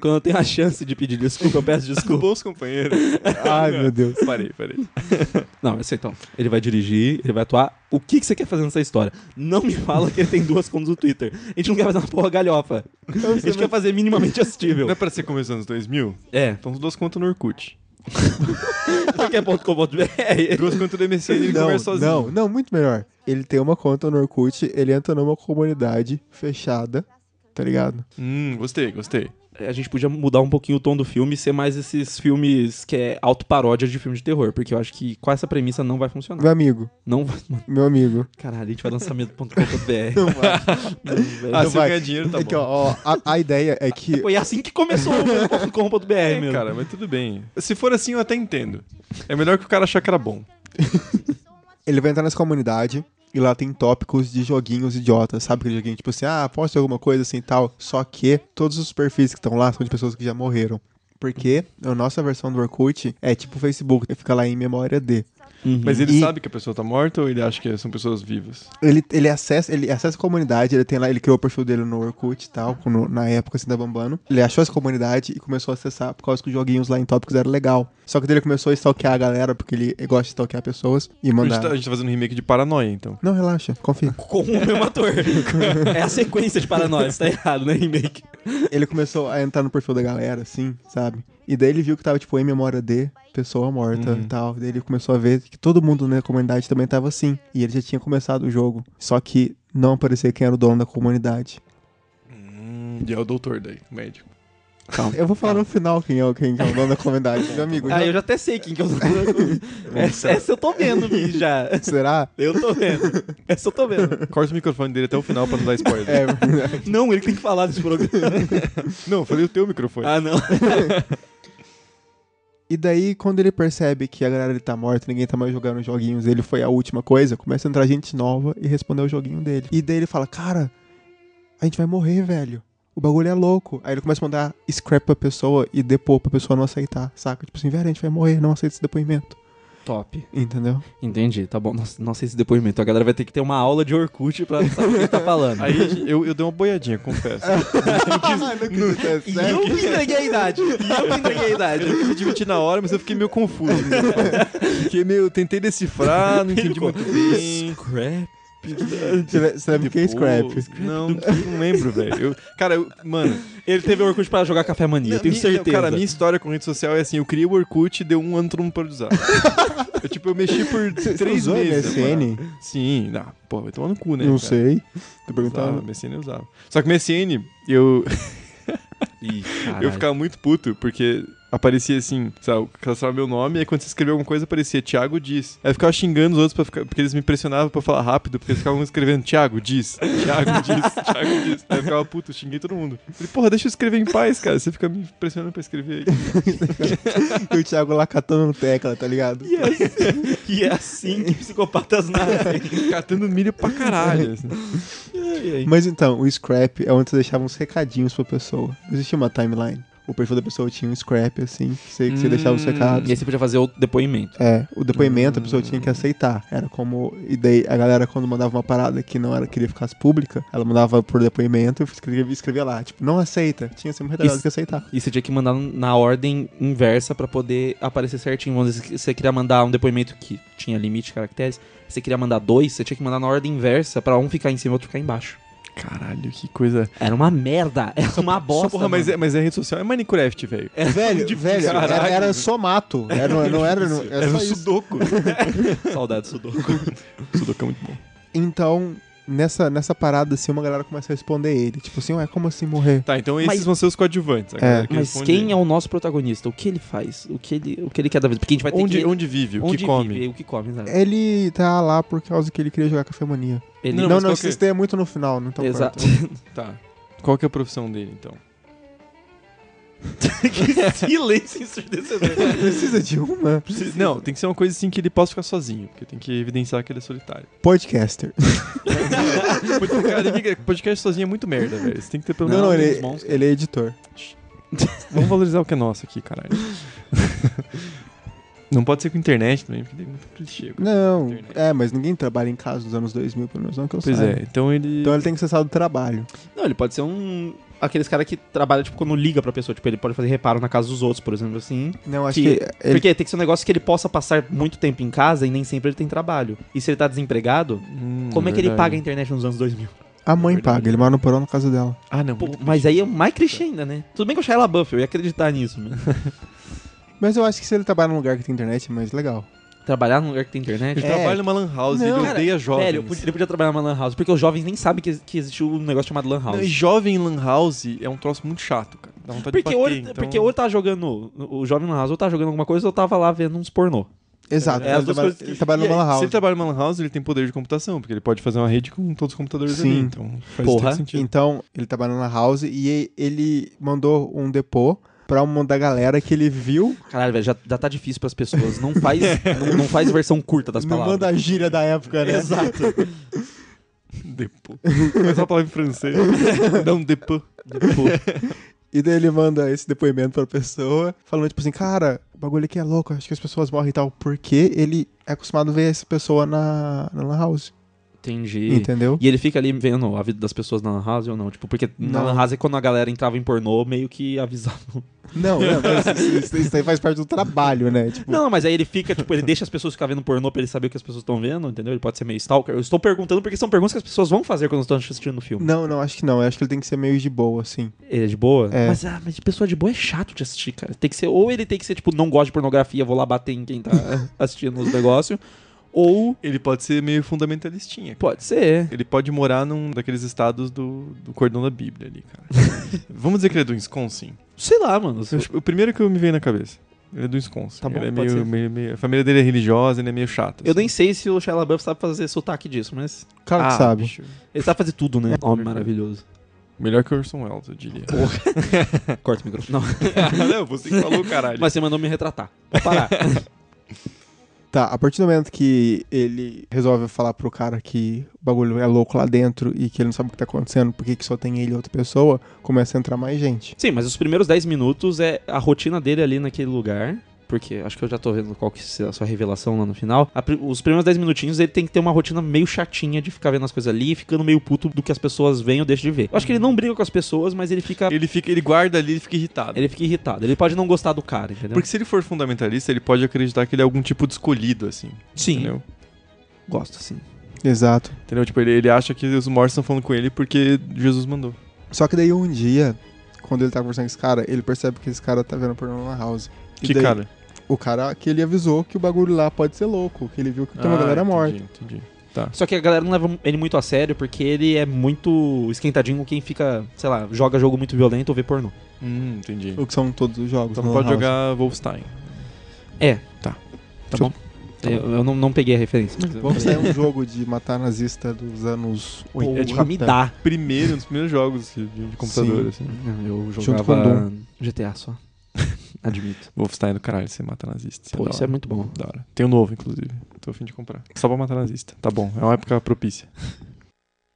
Quando eu tenho a chance de pedir desculpa, eu peço desculpa.
Bons companheiros.
Ai, meu Deus.
Parei, parei.
Não, mas então, ele vai dirigir, ele vai atuar. O que, que você quer fazer nessa história? Não me fala que ele tem duas contas do Twitter. A gente não quer fazer uma porra galhofa. A gente quer fazer minimamente
Não é
assistível.
pra ser como nos anos 2000?
É,
Então, duas contas no Orkut.
porque é ponto com ponto BR.
Duas contas do MSN e ele
não,
conversa sozinho.
não, não, muito melhor. Ele tem uma conta no Orkut, ele entra numa comunidade fechada, tá ligado?
Hum, gostei, gostei.
A gente podia mudar um pouquinho o tom do filme e ser mais esses filmes que é autoparódia de filme de terror, porque eu acho que com essa premissa não vai funcionar.
Meu amigo,
Não vai. Mano,
meu amigo.
Caralho, a gente vai lançamento.com.br.
Não vai.
Ah,
Não
se eu
vai.
ganhar dinheiro, tá
É que,
bom.
ó, ó, a, a ideia é que.
Foi assim que começou o .com.br,
É,
meu.
cara, mas tudo bem. Se for assim, eu até entendo. É melhor que o cara achar que era bom.
Ele vai entrar nessa comunidade e lá tem tópicos de joguinhos idiotas, sabe? Aquele joguinho tipo assim, ah, aposta alguma coisa assim e tal. Só que todos os perfis que estão lá são de pessoas que já morreram. Porque a nossa versão do Orkut é tipo o Facebook, que fica lá em memória de.
Mas ele
E-
sabe que a pessoa tá morta ou ele acha que são pessoas vivas?
Ele, ele, acessa, ele acessa a comunidade, ele tem lá, ele criou o perfil dele no Orkut e tal, quando- na época assim da Bambano. Ele achou essa comunidade e começou a acessar por causa que os joguinhos lá em tópicos eram legal. Só que daí ele começou a stalkear a galera, porque ele gosta de stalkear pessoas
A
e
gente,
mandar.
tá, a gente tá fazendo um remake de Paranoia, então.
Não, relaxa, confia.
Com o mesmo ator. é a sequência de Paranóis, tá errado, né, remake?
ele começou a entrar no perfil da galera, assim, sabe? E daí ele viu que tava, tipo, em memória de pessoa morta e tal. Daí ele começou a ver que todo mundo na comunidade também tava assim. E ele já tinha começado o jogo. Só que não aparecia quem era o dono da comunidade.
Hum, e é o doutor daí, o médico.
Eu vou falar no final quem é, o- quem é o dono da comunidade, meu amigo.
Ah, eu já até sei quem que eu tô essa, essa eu tô vendo, Vi, já.
Será?
Eu tô vendo. Essa eu tô vendo.
Corta o microfone dele até o final pra não dar spoiler.
É,
Não, ele tem que falar desse programa.
Não, eu falei o teu microfone.
Ah, não.
E daí, quando ele percebe que a galera ele tá morta, ninguém tá mais jogando os joguinhos, ele foi a última coisa, começa a entrar gente nova e responder o joguinho dele. E daí ele fala, cara, a gente vai morrer, velho. O bagulho é louco. Aí ele começa a mandar scrap pra pessoa e depor pra pessoa não aceitar, saca? Tipo assim, velho, a gente vai morrer, não aceita esse depoimento.
Top.
Entendeu?
Entendi, tá bom. Nossa, nossa, esse depoimento. A galera vai ter que ter uma aula de Orkut pra saber o que tá falando.
Aí eu, eu dei uma boiadinha, confesso. Ah,
E eu
né?
que entreguei a idade. E eu que entreguei a idade.
Eu me diverti na hora, mas eu fiquei meio confuso. Fiquei meio. Tentei decifrar, não entendi muito bem.
Scrap.
Você le- você lembra o que é scrap?
Pô, Não, não lembro, velho. Eu- Cara, eu, mano.
Ele teve Orkut pra jogar Café Mania, eu tenho
minha-
certeza.
Cara, a minha história com rede social é assim: eu criei o Orkut e deu um ano todo mundo parou de usar. eu, tipo, eu mexi por três
usou
meses. mano.
MSN?
Sim, não, pô, vai tomar no cu, né?
Não
cara?
sei. Tô
Usava,
perguntando.
MSN eu usava. Só que MSN, eu,
Ih,
eu ficava muito puto, porque aparecia assim, sabe, cadastrava meu nome, e aí quando você escreveu alguma coisa aparecia Thiago Diz. Aí eu ficava xingando os outros pra ficar, porque eles me pressionavam pra falar rápido, porque eles ficavam escrevendo Thiago Diz, Thiago Diz, Thiago Diz. Aí eu ficava puto, xinguei todo mundo. Falei, porra, deixa eu escrever em paz, cara, você fica me pressionando pra escrever aí.
E o Thiago lá catando tecla, tá ligado?
E é, assim, e é assim que psicopatas nascem.
Catando milho pra caralho. assim.
Mas então, o scrap é onde você deixava uns recadinhos pra pessoa. Não Existia uma timeline. O perfil da pessoa tinha um scrap, assim, que você, que você
Hum.
deixava os recados.
E aí você podia fazer o depoimento.
É, o depoimento a pessoa tinha
Hum.
que aceitar. Era como. E daí a galera, quando mandava uma parada que não era queria ficar pública, ela mandava por depoimento e escrevia, escrevia lá. Tipo, não aceita. Tinha sempre um retardado
Isso.
que aceitar.
E você tinha que mandar na ordem inversa pra poder aparecer certinho. Vamos dizer, que você queria mandar um depoimento que tinha limite de caracteres. Você queria mandar dois, você tinha que mandar na ordem inversa pra um ficar em cima e outro ficar embaixo.
Caralho, que coisa.
Era uma merda, era uma bosta.
porra, mas
mano.
é, mas é rede social, é Minecraft, velho.
velho, velho,
caralho.
era, era só mato. Era, não, não era. Não, era
Era
só
um
isso.
sudoku.
Saudade do Sudoku.
sudoku é muito bom.
Então, nessa, nessa parada, assim, uma galera começa a responder ele. Tipo assim, ué, como assim morrer?
Tá, então esses
Mas-
vão ser os coadjuvantes. a galera que
Mas
responde
quem
aí.
é o nosso protagonista? O que ele faz? O que ele, o que ele quer da vida? Porque a gente vai ter
Onde,
que...
onde vive? O
onde É,
que come?
vive, o que come, exato.
Ele tá lá por causa que ele queria jogar Café Mania.
Ele-
Não,
Não,
mas
não,
qual
isso
que é?
Tá
daí é muito no final, não então
Exato.
corta.
Tá. Qual que é a profissão dele, então?
que silêncio ensurdecedor.
Precisa de uma?
Não, tem que ser uma coisa assim que ele possa ficar sozinho, porque tem que evidenciar que ele é solitário.
Podcaster.
Porque, cara, ninguém- podcast sozinho é muito merda, velho. Você tem que ter pelo menos
Não, não,
alguns
ele,
bons.
ele é editor.
Vamos valorizar o que é nosso aqui, caralho. não pode ser com internet também, porque tem muito clichê. com
Não,
internet.
é, mas ninguém trabalha em casa dos anos 2000, pelo menos não que eu
Pois
saiba.
é, então ele.
Então ele tem que cessar do trabalho.
Não, ele pode ser um. Aqueles cara que trabalha, tipo, quando liga pra pessoa. Tipo, ele pode fazer reparo na casa dos outros, por exemplo, assim.
Não, acho
Que-
que, ele
Porque tem que ser um negócio que ele possa passar muito tempo em casa e nem sempre ele tem trabalho. E se ele tá desempregado,
Hum,
como é que ele
verdade.
paga a internet nos anos 2000?
a mãe
verdade.
paga, ele mora no porão na casa dela.
Ah, não.
Pô,
muito
mas aí é mais clichê ainda, né? Tudo bem que o Shia LaBeouf, eu ia acreditar nisso, né?
Mas eu acho que se ele trabalha num lugar que tem internet, é mais legal.
Trabalhar num lugar que tem internet...
Ele
É.
trabalha numa lan house,
Não,
ele
cara,
odeia jovens.
Velho, eu podia- ele podia trabalhar numa lan house, porque os jovens nem sabem que, que existe um negócio chamado lan
Não, e
house.
jovem em lan house é um troço muito chato, cara. Dá vontade
porque,
de
ou
bater,
ele,
então...
porque ou ele tava jogando... O jovem lan house ou tava jogando alguma coisa ou tava lá vendo uns pornô.
Exato.
É, as
ele,
duas
trabalha,
coisas que-
ele trabalha
E
numa
aí,
lan
Se
house.
ele trabalha numa lan house, ele tem poder de computação, porque ele pode fazer uma rede com todos os computadores ali,
Sim.
então faz
Porra.
todo sentido.
Então, ele trabalha na house e ele mandou um depô pra uma da galera que ele viu.
Caralho, velho, já, já tá difícil pras pessoas. Não faz, não, É. não faz versão curta das
Não
palavras.
manda a gíria da época, né?
Exato.
Depô. Faz uma palavra em francês. Dá um depô.
E daí ele manda esse depoimento pra pessoa, falando tipo assim, cara, o bagulho aqui é louco, acho que as pessoas morrem e tal, porque ele é acostumado a ver essa pessoa na, na lan house,
Entendi.
entendeu?
E ele fica ali vendo a vida das pessoas na Lan House ou não? Tipo, porque na
Não.
Lan House, quando a galera entrava em pornô, meio que avisavam.
Não, não, mas isso, isso- isso aí faz parte do trabalho, né? Tipo,
Não, mas aí ele fica, tipo, ele deixa as pessoas ficar vendo pornô pra ele saber o que as pessoas estão vendo, entendeu? Ele pode ser meio stalker. Eu estou perguntando porque são perguntas que as pessoas vão fazer quando estão assistindo o filme.
não, não, acho que não, eu acho que ele tem que ser meio de boa, assim.
Ele é de boa?
É.
Mas, ah, mas pessoa de boa é chato de assistir, cara. Tem que ser, ou ele tem que ser, tipo, não gosta de pornografia, vou lá bater em quem tá assistindo os negócios. Ou
Ele pode ser meio fundamentalistinha.
pode ser.
Ele pode morar num daqueles estados do, do cordão da Bíblia ali, cara. Vamos dizer que ele é do Wisconsin?
Sei lá, mano.
Eu acho- O primeiro que eu me veio na cabeça. Ele é do Wisconsin.
Tá bom,
ele é
pode
meio,
ser.
meio- meio- A família dele é religiosa, ele é meio chato.
Eu
assim.
nem sei se o Shia LaBeouf sabe fazer sotaque disso, mas
Claro que
Ah,
sabe.
bicho.
ele sabe fazer tudo, né? Homem
verdade.
maravilhoso.
Melhor que o Orson Welles, eu diria. Ah,
Corta o microfone. Não,
não, você que falou, caralho.
mas você mandou me retratar. Vou parar.
Tá, a partir do momento que ele resolve falar pro cara que o bagulho é louco lá dentro e que ele não sabe o que tá acontecendo, porque que só tem ele e outra pessoa, começa a entrar mais gente.
Sim, mas os primeiros 10 minutos é a rotina dele ali naquele lugar. Porque acho que eu já tô vendo qual que é a sua revelação lá no final. A pri- os primeiros 10 minutinhos ele tem que ter uma rotina meio chatinha de ficar vendo as coisas ali, ficando meio puto do que as pessoas veem ou deixam de ver. Eu acho que ele não briga com as pessoas, mas ele fica.
Ele, fica, ele guarda ali, ele fica irritado.
Ele fica irritado. Ele pode não gostar do cara,
né?
entendeu?
Porque se ele for fundamentalista, ele pode acreditar que ele é algum tipo de escolhido, assim.
sim,
Entendeu?
gosto, sim.
Exato.
Entendeu? Tipo, ele, ele acha que os mortos estão falando com ele porque Jesus mandou.
Só que daí um dia, quando ele tá conversando com esse cara, ele percebe que esse cara tá vendo pornô na house. E
que
daí,
cara?
O cara que ele avisou que o bagulho lá pode ser louco, que ele viu que tem uma
Ah,
galera
entendi,
morta.
Entendi.
Só que a galera não leva ele muito a sério porque ele é muito esquentadinho com quem fica, sei lá, joga jogo muito violento ou vê pornô.
Hum, entendi.
O que são todos os jogos.
Então
na
não pode
lan house.
jogar Wolfenstein.
É, tá. Tá
Deixa
bom. eu eu não, não peguei a referência.
Vamos sair um jogo de matar nazista dos anos 80.
Pô, pra me dá.
Primeiro, um dos primeiros jogos de, de computador,
Sim.
assim.
Não, eu
Junto com
jogava GTA só. Admito.
Wolfenstein é do caralho, você mata nazista.
Pô,
da
isso é
hora.
muito bom.
Da hora. Tem um novo, inclusive. Tô a fim de comprar. Só pra matar nazista. Tá bom, é uma época propícia.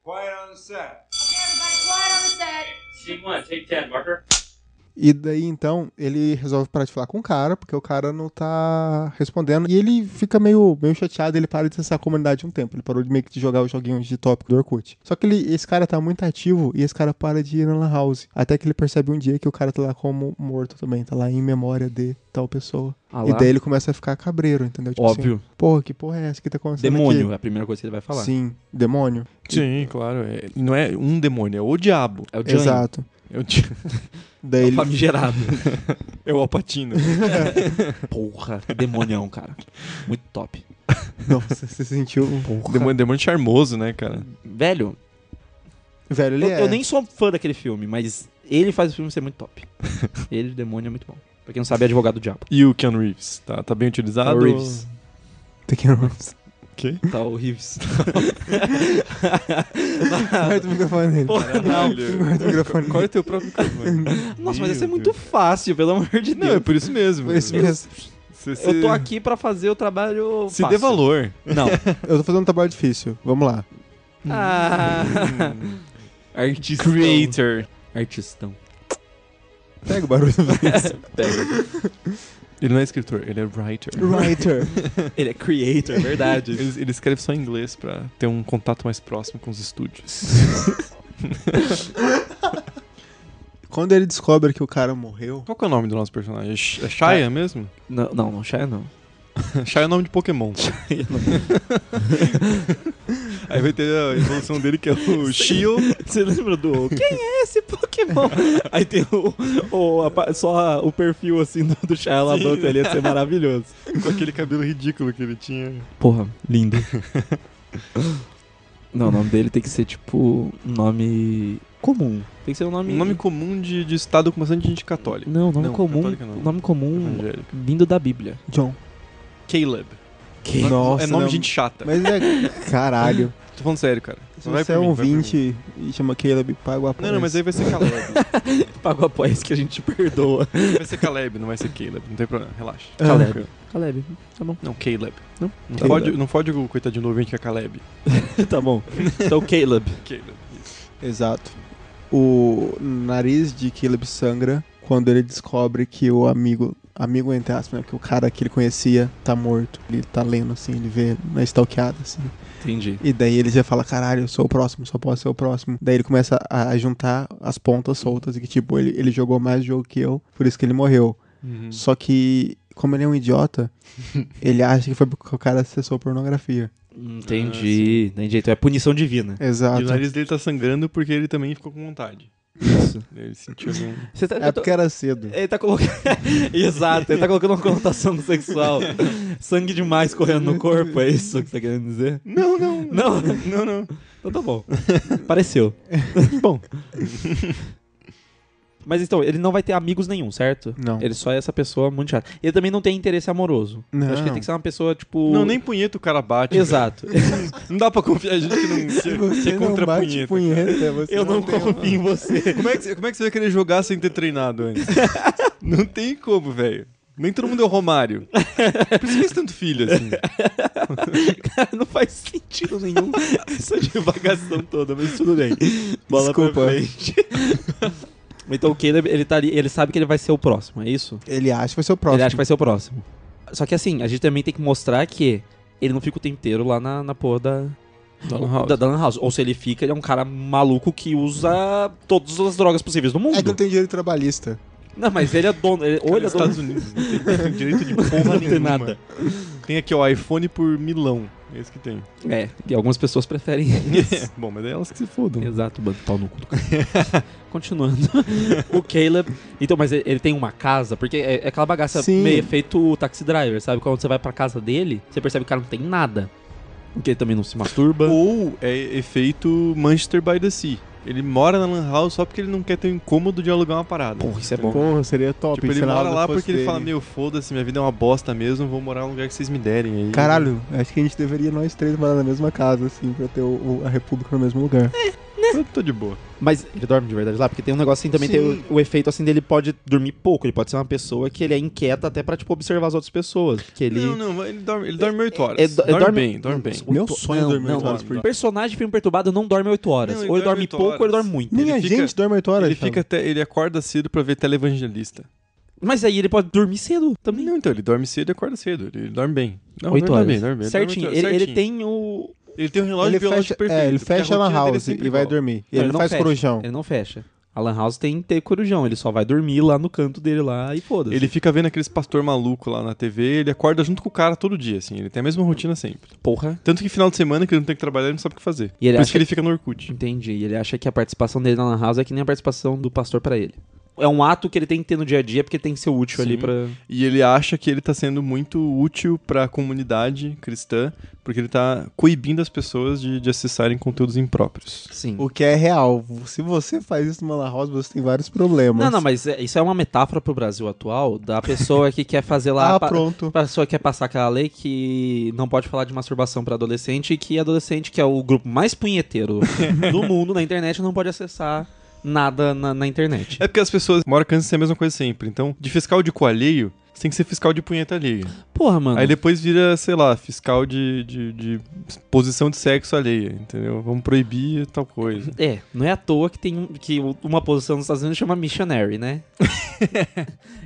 Quiet on the set.
Okay, everybody, quiet on the set.
Scene one, take ten, marker.
E daí então ele resolve parar de falar com o cara, porque o cara não tá respondendo. E ele fica meio, meio chateado, ele para de acessar a comunidade um tempo. Ele parou de meio que de jogar os joguinhos de tópico do Orkut. Só que ele, esse cara tá muito ativo e esse cara para de ir na Lan House. Até que ele percebe um dia que o cara tá lá como morto também, tá lá em memória de tal pessoa.
Ah
E
lá,
daí ele começa a ficar cabreiro, entendeu? Tipo
óbvio.
Assim, Porra, que porra é essa que tá acontecendo?
demônio
aqui?
é a primeira coisa que ele vai falar.
Sim, demônio.
Sim, claro. é- não é um demônio, é o diabo.
É o Johnny.
Exato.
É o, di...
Daí
É o
ele.
famigerado.
é o Alpatino.
Porra, que demonião, cara. Muito top.
Nossa, você sentiu.
demônio, demônio charmoso, né, cara?
Velho,
Velho, ele
eu,
é.
eu nem sou fã daquele filme, mas ele faz o filme ser muito top. ele, o demônio, é muito bom. Pra quem não sabe, é advogado do diabo.
E o Keanu Reeves, tá, tá bem utilizado?
Keanu Reeves.
Pequeno Reeves.
Que?
Tá o Reeves.
Corta o microfone dele.
Porra, não.
Corta o microfone
Qual é
dele.
o teu próprio microfone?
Nossa, mas
Meu
ia ser muito
Deus.
fácil, pelo amor de
Não, é
Deus.
por isso mesmo.
Foi isso mesmo.
Se- se-
Eu tô aqui pra fazer o trabalho
Se dê
fácil.
valor.
Não.
Eu tô fazendo um trabalho difícil. Vamos lá.
Ah,
Artista. Creator.
artistão.
Pega o barulho do
Ele não é escritor, ele é writer.
writer.
Ele é creator, é verdade.
Ele, ele escreve só em inglês pra ter um contato mais próximo com os estúdios.
Quando ele descobre que o cara morreu,
Qual que é o nome do nosso personagem? É Sh- É Shia mesmo?
não, não, não, Shia não.
Shia é o nome de Pokémon.
é.
Aí vai ter a evolução dele que é o Shio.
Você lembra do. Quem é esse Pokémon? Aí tem o, o- a pa- só a- o perfil assim do, do Shia LaBeouf ali, ia ser maravilhoso.
com aquele cabelo ridículo que ele tinha.
Porra, lindo. Não, o nome dele tem que ser tipo um nome comum. Tem que ser um nome.
Um nome comum de, de estado com bastante gente católica.
Não, nome
Não,
comum.
católica não.
Nome comum
Evangélica.
vindo da Bíblia.
John.
Caleb.
Que?
Nossa,
é nome
não.
de gente chata.
Mas é. Caralho.
Tô falando sério, cara.
Se
Vai
você
por
é
mim,
um
vai por mim.
20 e chama Caleb, paga a
Não, não, mas aí vai ser Caleb.
Pago após que a gente perdoa.
vai ser Caleb, não vai ser Caleb. Não tem problema, relaxa.
Caleb. Caleb, tá bom.
Não, Caleb.
Não,
não,
Caleb.
fode, não fode o coitadinho do ouvinte que é Caleb.
tá bom. Então, Caleb.
Caleb. isso.
Exato. O nariz de Caleb sangra quando ele descobre que o amigo, amigo entre aspas, né, que o cara que ele conhecia tá morto. Ele tá lendo assim, ele vê na stalkeada assim.
Entendi.
E daí ele já fala, caralho, eu sou o próximo, só posso ser o próximo. Daí ele começa a a juntar as pontas soltas e que tipo, ele, ele jogou mais jogo que eu, por isso que ele morreu.
Uhum.
Só que, como ele é um idiota, ele acha que foi porque o cara acessou pornografia.
Ah,
Entendi, entendi. Então é punição divina.
E
Exato.
o nariz dele tá sangrando porque ele também ficou com vontade.
Isso.
Ele sentiu algum...
Você tá,
É porque era cedo.
Ele tá colocando. Exato, ele tá colocando uma conotação sexual. Sangue demais correndo no corpo, é isso que você tá querendo dizer?
Não, não.
Não,
Não, não.
então tá bom. Pareceu. bom. Mas então, ele não vai ter amigos nenhum, certo?
Não.
Ele só é essa pessoa muito chata. Ele também não tem interesse amoroso. Eu Acho que ele
Não.
tem que ser uma pessoa, tipo.
Não, nem punheta o cara bate.
Exato.
velho. Não dá pra confiar em gente que não que, que é contra punheta.
você
Eu não
tem um- uma-
confio em você.
Como é, que, você- como é que você vai querer jogar sem ter treinado antes? não tem como, velho. Nem todo mundo é o Romário. Por isso que eles tanto filho, assim.
Cara, não faz sentido nenhum essa divagação toda, mas tudo bem. Bola
Desculpa.
pra frente. então o Caleb, ele, tá ali, ele sabe que ele vai ser o próximo, é isso?
Ele acha que vai ser o próximo.
Ele acha que vai ser o próximo. Só que assim, a gente também tem que mostrar que ele não fica o tempo inteiro lá na, na porra da, da, da Lan um House. Ou se ele fica, ele é um cara maluco que usa todas as drogas possíveis do mundo.
É que não tem dinheiro trabalhista.
Não, mas ele é dono. Ele, ou
Olha,
ele é dono
Estados Unidos. Não tem direito de porra
Não tem
nenhuma.
nada.
Tem aqui, ó, iPhone por milão. É isso que tem.
É, e algumas pessoas preferem
Bom, mas é elas que se fodam.
Exato, mano. Pau no cu do cara. Continuando. o Caleb. Então, mas ele ele tem uma casa, porque é, é aquela bagaça
Sim.
meio feito o taxi driver, sabe? Quando você vai pra casa dele, você percebe que o cara não tem nada. Porque ele também não se masturba.
Ou é efeito Manchester by the Sea. Ele mora na Lan House só porque ele não quer ter o incômodo de alugar uma parada.
Porra, isso é bom.
Porra, seria top.
Tipo, ele
se a
mora
Lauda
lá
fosse
porque ele
dele.
fala, meu, foda-se, minha vida é uma bosta mesmo, vou morar num lugar que vocês me derem aí.
Caralho, acho que a gente deveria nós três morar na mesma casa, assim, pra ter o- o- a República no mesmo lugar.
Eu tô de boa.
Mas ele dorme de verdade lá, porque tem um negócio assim também, tem
Sim.
o, o efeito assim dele pode dormir pouco. Ele pode ser uma pessoa que ele é inquieta até pra, tipo, observar as outras pessoas. Que ele.
Não, não, ele dorme, ele dorme 8 horas.
é- é
dorme,
dorme-
bem, dorme bem.
Meu sonho é dormir oito horas por
O
dia.
personagem de filme perturbado não dorme 8 horas.
Não, ele
ou ele
dorme
dorme
oito
pouco ou ele
horas.
dorme muito.
Nem a
fica-
gente dorme 8 horas.
Ele
Thiago.
fica até. Ele acorda cedo pra ver televangelista.
Mas aí ele pode dormir cedo também.
Não, então, ele dorme cedo e acorda cedo. Ele dorme bem. Não,
Oito
dorme
horas.
Bem, dorme bem,
certinho.
dorme oito
Ele,
horas,
ele
certinho.
tem o.
Ele tem um relógio
Ele
biológico
fecha,
perfeito.
é, ele
porque a
fecha a lan
rotina dele é
house
sempre
e vai
igual. É.
dormir. Ele, não faz
fecha,
corujão.
Ele não fecha. A Lan House tem que ter corujão. Ele só vai dormir lá no canto dele lá e foda-se.
Ele fica vendo aqueles pastor maluco lá na TV, ele acorda junto com o cara todo dia, assim. Ele tem a mesma rotina sempre.
Porra.
Tanto que final de semana que ele não tem que trabalhar, ele não sabe o que fazer.
E ele
Por
acha
isso que ele fica no Orkut.
Entendi. E Ele acha que a participação dele na Lan House é que nem a participação do pastor pra ele. é um ato que ele tem que ter no dia a dia porque ele tem que ser útil
Sim.
ali pra.
E ele acha que ele tá sendo muito útil pra comunidade cristã, porque ele tá coibindo as pessoas de, de acessarem conteúdos impróprios.
Sim.
O que é real. Se você faz isso numa lan house, você tem vários problemas.
Não, não, mas é- isso é uma metáfora pro Brasil atual da pessoa que quer fazer lá.
Ah,
pa-
pronto.
A pessoa quer passar aquela lei que não pode falar de masturbação pra adolescente e que adolescente, que é o grupo mais punheteiro do mundo na internet, não pode acessar nada na, na internet.
É porque as pessoas, maior alcance é a mesma coisa sempre. Então, de fiscal de cu alheio, você tem que ser fiscal de punheta alheia.
É
Porra, mano.
Aí depois vira, sei lá, fiscal de, de, de posição de sexo alheia, entendeu? Vamos proibir tal coisa.
É, não é à toa que tem um- que u- uma posição nos Estados Unidos chama missionary, né?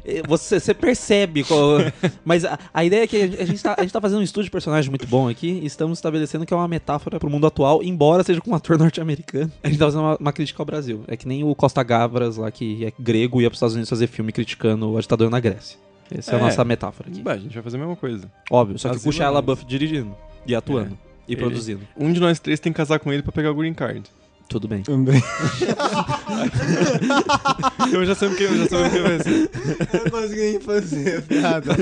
É, você, você percebe qual- Mas a, a ideia é que a gente, tá, a gente tá fazendo um estudo de personagem muito bom aqui e estamos estabelecendo que é uma metáfora pro mundo atual, embora seja com um ator norte-americano. A gente tá fazendo uma, uma crítica ao Brasil. É que nem o Costa Gavras lá, que é grego, ia pros Estados Unidos fazer filme criticando a ditadura na Grécia. Essa é,
É.
a nossa metáfora aqui.
Bah, a gente vai fazer a mesma coisa.
Óbvio, só que
Brasil
puxa
é
ela
isso.
Buff dirigindo e atuando e
Ele-
produzindo.
Um de nós três tem que casar com ele pra pegar o green card.
Tudo bem.
Também.
Eu já sei o que, eu já sei o que vai ser.
Eu consegui fazer, piada.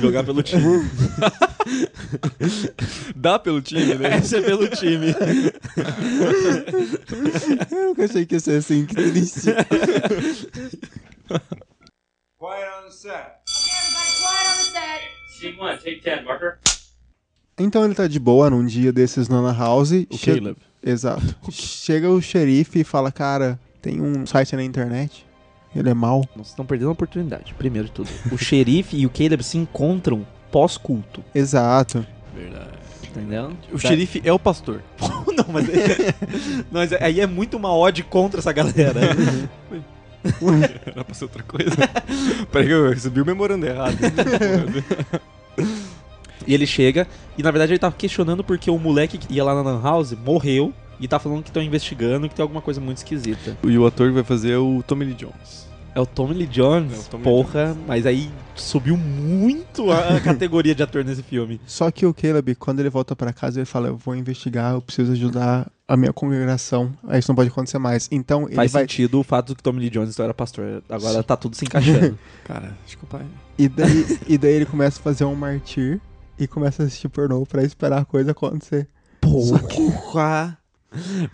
Jogar pelo time.
Dá pelo time, né?
Essa é pelo time.
Eu nunca achei que ia ser assim, que triste.
Quiet on the set.
Okay, everybody, quiet on the set.
Scene one, take ten, marker.
Então ele tá de boa num dia desses nona house.
O
che-
Caleb.
Exato. Chega o xerife e fala, cara, tem um site na internet. Ele é mau.
Vocês estão perdendo a oportunidade, primeiro de tudo. O xerife e o Caleb se encontram pós-culto,
Exato.
Verdade.
entendeu?
O xerife é o pastor.
Não, mas... mas aí é muito uma ode contra essa galera.
Era pra ser outra coisa. Peraí que eu recebi o memorando errado.
e ele chega, e na verdade ele tá questionando porque o moleque que ia lá na Lan House morreu e tá falando que estão investigando, que tem alguma coisa muito esquisita.
e o ator que vai fazer é o Tommy Lee Jones.
É o Tommy Lee
É o
Jones,
Tommy Lee
porra, mas aí subiu muito a categoria de ator nesse filme.
Só que o Caleb, quando ele volta pra casa, ele fala, eu vou investigar, eu preciso ajudar a minha congregação. Ah, Isso não pode acontecer mais. Então ele
Faz
vai...
sentido o fato de que Tommy Lee Jones não era pastor. Agora tá tudo se encaixando.
Cara, desculpa aí.
E daí, e daí ele começa a fazer um martir e começa a assistir pornô pra esperar a coisa acontecer.
Porra!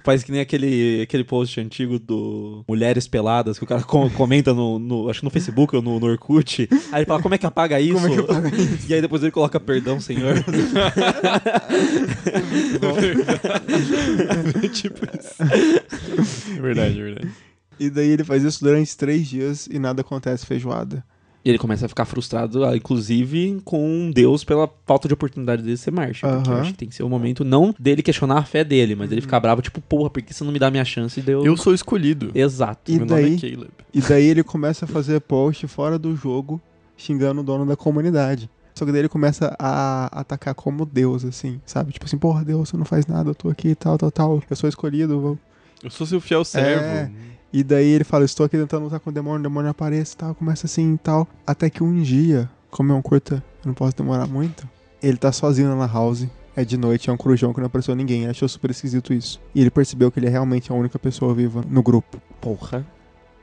Faz que nem aquele, aquele post antigo do Mulheres Peladas, que o cara com- comenta no, no- Acho que no Facebook ou no, no Orkut. Aí ele fala, como é que apaga isso?
Como é que apaga
E aí depois ele coloca, perdão, senhor.
é tipo isso. É verdade, é verdade.
E daí ele faz isso durante três dias e nada acontece feijoada.
e ele começa a ficar frustrado, ah, inclusive, com Deus pela falta de oportunidade dele ser mártir. Porque eu
Aham.
acho que tem que ser o momento, não dele questionar a fé dele, mas ele ficar bravo, tipo, porra, por que você não me dá a minha chance? E deu...
Eu sou escolhido.
Exato.
E
Meu
daí?
nome é Caleb.
E daí ele começa a fazer post fora do jogo, xingando o dono da comunidade. Só que daí ele começa a atacar como Deus, assim, sabe? Tipo assim, porra, Deus, você não faz nada, eu tô aqui, tal, tal, tal. Eu sou escolhido. vou-
Eu sou seu fiel servo.
E daí ele fala, estou aqui tentando lutar com o demônio, o demônio aparece e tal, começa assim e tal. Até que um dia, como é um curta, eu não posso demorar muito, ele tá sozinho na house. É de noite, é um corujão que não apareceu ninguém. Ele achou super esquisito isso. E ele percebeu que ele é realmente a única pessoa viva no grupo.
Porra.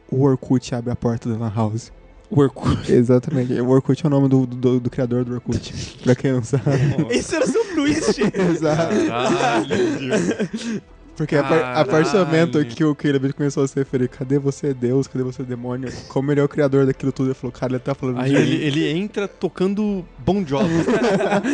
O Orkut abre a porta da Lan House.
O Orkut.
Exatamente. O Orkut é o nome do, do, do criador do Orkut. pra quem não sabe.
Esse era o seu twist.
Exato.
É. Caralho, Deus.
Porque a, par- a partir do momento
Caralho.
que o Caleb começou a se referir, cadê você Deus, cadê você demônio? Como ele é o criador daquilo tudo, ele falou, cara, ele tá falando
Aí
de
ele,
mim.
ele entra tocando Bon Jovi.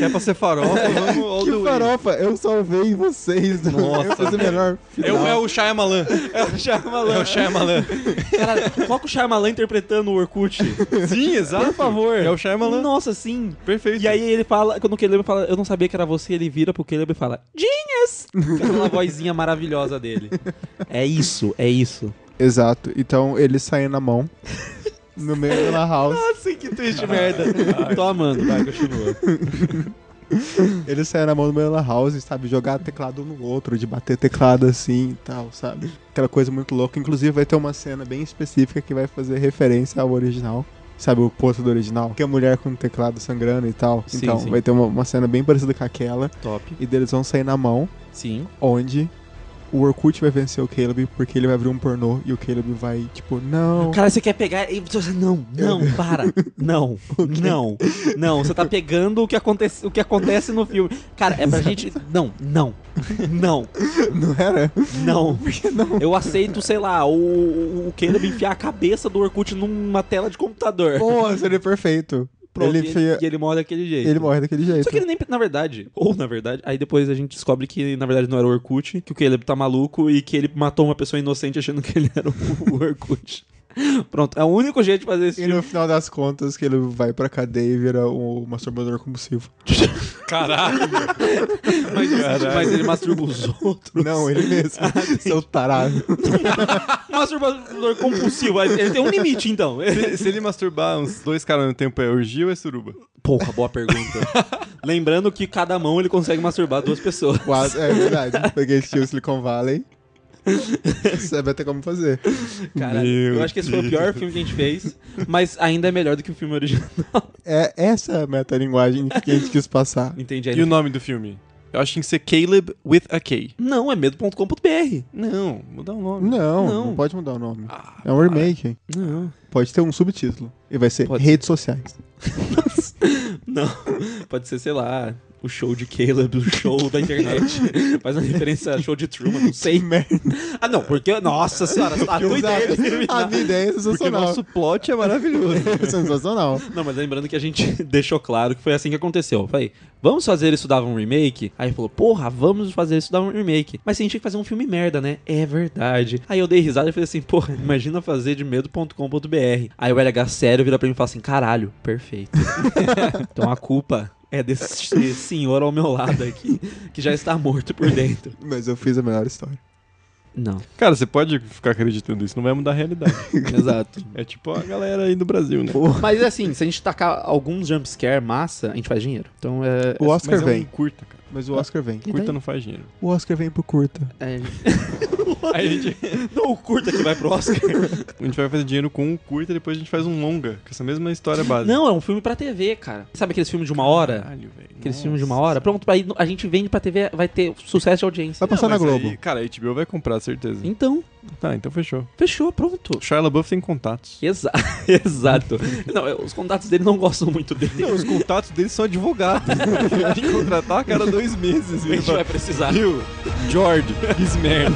é pra ser farofa, vamos all the
Que
way.
farofa, eu salvei vocês. do-
Nossa.
eu fiz o melhor
É o,
final.
é o Shyamalan.
É o Shyamalan.
É o Shyamalan.
Cara, coloca o Shyamalan interpretando o Orkut.
Sim, exato.
Por favor.
É o Shyamalan.
Nossa, sim.
Perfeito.
E aí ele fala, quando o Caleb fala, eu não sabia que era você, ele vira pro Caleb e fala, Genius! Com aquela vozinha maravilhosa dele. É isso, é isso.
Exato, então ele saiu na mão. No meio da house,
Nossa, que triste merda. Tô amando, vai, continua.
ele saiu na mão no meio da house, sabe? Jogar teclado um no outro, de bater teclado assim e tal, sabe? Aquela coisa muito louca. Inclusive, vai ter uma cena bem específica que vai fazer referência ao original. Sabe, o posto do original? Que é a mulher com o teclado sangrando e tal.
Sim,
então,
sim.
vai ter uma, uma cena bem parecida com aquela.
Top.
E deles vão sair na mão,
Sim.
onde o Orkut vai vencer o Caleb porque ele vai abrir um pornô e o Caleb vai, tipo, não.
Cara, você quer pegar. e você- Não, não, para. Não, não, não. Você tá pegando o que, acontece, o que acontece no filme. Cara, é pra gente. Não, não, não,
Não era?
não.
Por que não?
Eu aceito, sei lá, o, o, o Caleb enfiar a cabeça do Orkut numa tela de computador.
Pô, seria perfeito.
Pronto,
ele,
e
enfia-
e ele morre daquele jeito.
ele morre daquele jeito.
Só que ele nem, na verdade, ou na verdade, aí depois a gente descobre que na verdade não era o Orkut, que o Caleb tá maluco e que ele matou uma pessoa inocente achando que ele era o, o Orkut. Pronto, é o único jeito de fazer esse
E
filme.
no final das contas, que ele vai pra cadeia e vira um masturbador compulsivo.
Caralho.
Mas, mas ele masturba os outros.
Não, ele
Ah,
mesmo. Seu tarado.
Masturbador compulsivo, aí ele tem um limite então. Ele-
se, se ele masturbar uns dois caras no tempo, é orgia ou é suruba?
Porra, boa pergunta. Lembrando que cada mão ele consegue masturbar duas pessoas.
Quase, é verdade. Peguei esse tio Silicon Valley. Sabe até como fazer.
Cara,
Meu
eu acho que esse foi o
Deus.
pior filme que a gente fez, mas ainda é melhor do que o filme original.
É essa é a metalinguagem que a gente quis passar.
Entendi.
E o nome do filme? Eu acho que tem que ser Caleb with a K.
Não, é medo.com.br.
Não, mudar o nome.
Não, não,
Não.
pode mudar o nome.
Ah,
é um remake.
Não.
Pode ter um subtítulo. E vai ser
Pode.
redes sociais.
Não, pode ser, sei lá, o show de Caleb, o show da internet. Faz uma referência ao show de Truman, não sei.
Merda.
Ah, não, porque. Nossa senhora, a tua ideia de
A
terminar.
minha ideia é
Porque o
sensacional.
nosso plot é maravilhoso.
É sensacional.
Não, mas lembrando que a gente deixou claro que foi assim que aconteceu. Eu Falei, vamos fazer isso dava um remake? Aí falou, porra, vamos fazer isso dava um remake. Mas a gente tinha que fazer um filme merda, né? É verdade. Aí eu dei risada e falei assim, porra, imagina fazer de medo.com.br. Aí o LH sério vira pra mim e fala assim, caralho, perfeito. então a culpa é desse senhor ao meu lado aqui, que já está morto por dentro.
Mas eu fiz a melhor história.
Não,
Cara, você pode ficar acreditando isso, não vai mudar a realidade.
exato.
É tipo a galera aí do Brasil, né?
Mas assim, se a gente tacar alguns jumpscare massa, a gente faz dinheiro. Então é.
O Oscar
Mas é um
vem.
curta, cara.
Mas o Oscar vem.
E
Curta
daí?
não faz dinheiro.
O Oscar vem pro curta.
é...
Aí a gente,
Não o curta que vai pro Oscar.
a gente vai fazer dinheiro com um curta e depois a gente faz um longa, com essa mesma história básica.
Não, é um filme pra TV, cara. Sabe aqueles filmes de uma hora?
Caralho, velho.
Aqueles
Nossa.
filmes de uma hora? Pronto, aí a gente vende pra TV, vai ter sucesso de audiência.
Vai passar
Não,
na
mas
Globo.
aí, cara, a HBO vai comprar, certeza.
Então,
Tá, então fechou.
fechou, pronto.
Shia LaBeouf tem contatos.
Exa- Exato. Não, eu- os contatos dele não gostam muito dele.
Não, os contatos deles são advogados. Tem que contratar a cada dois meses.
a gente vai precisar.
Viu? George, fiz merda.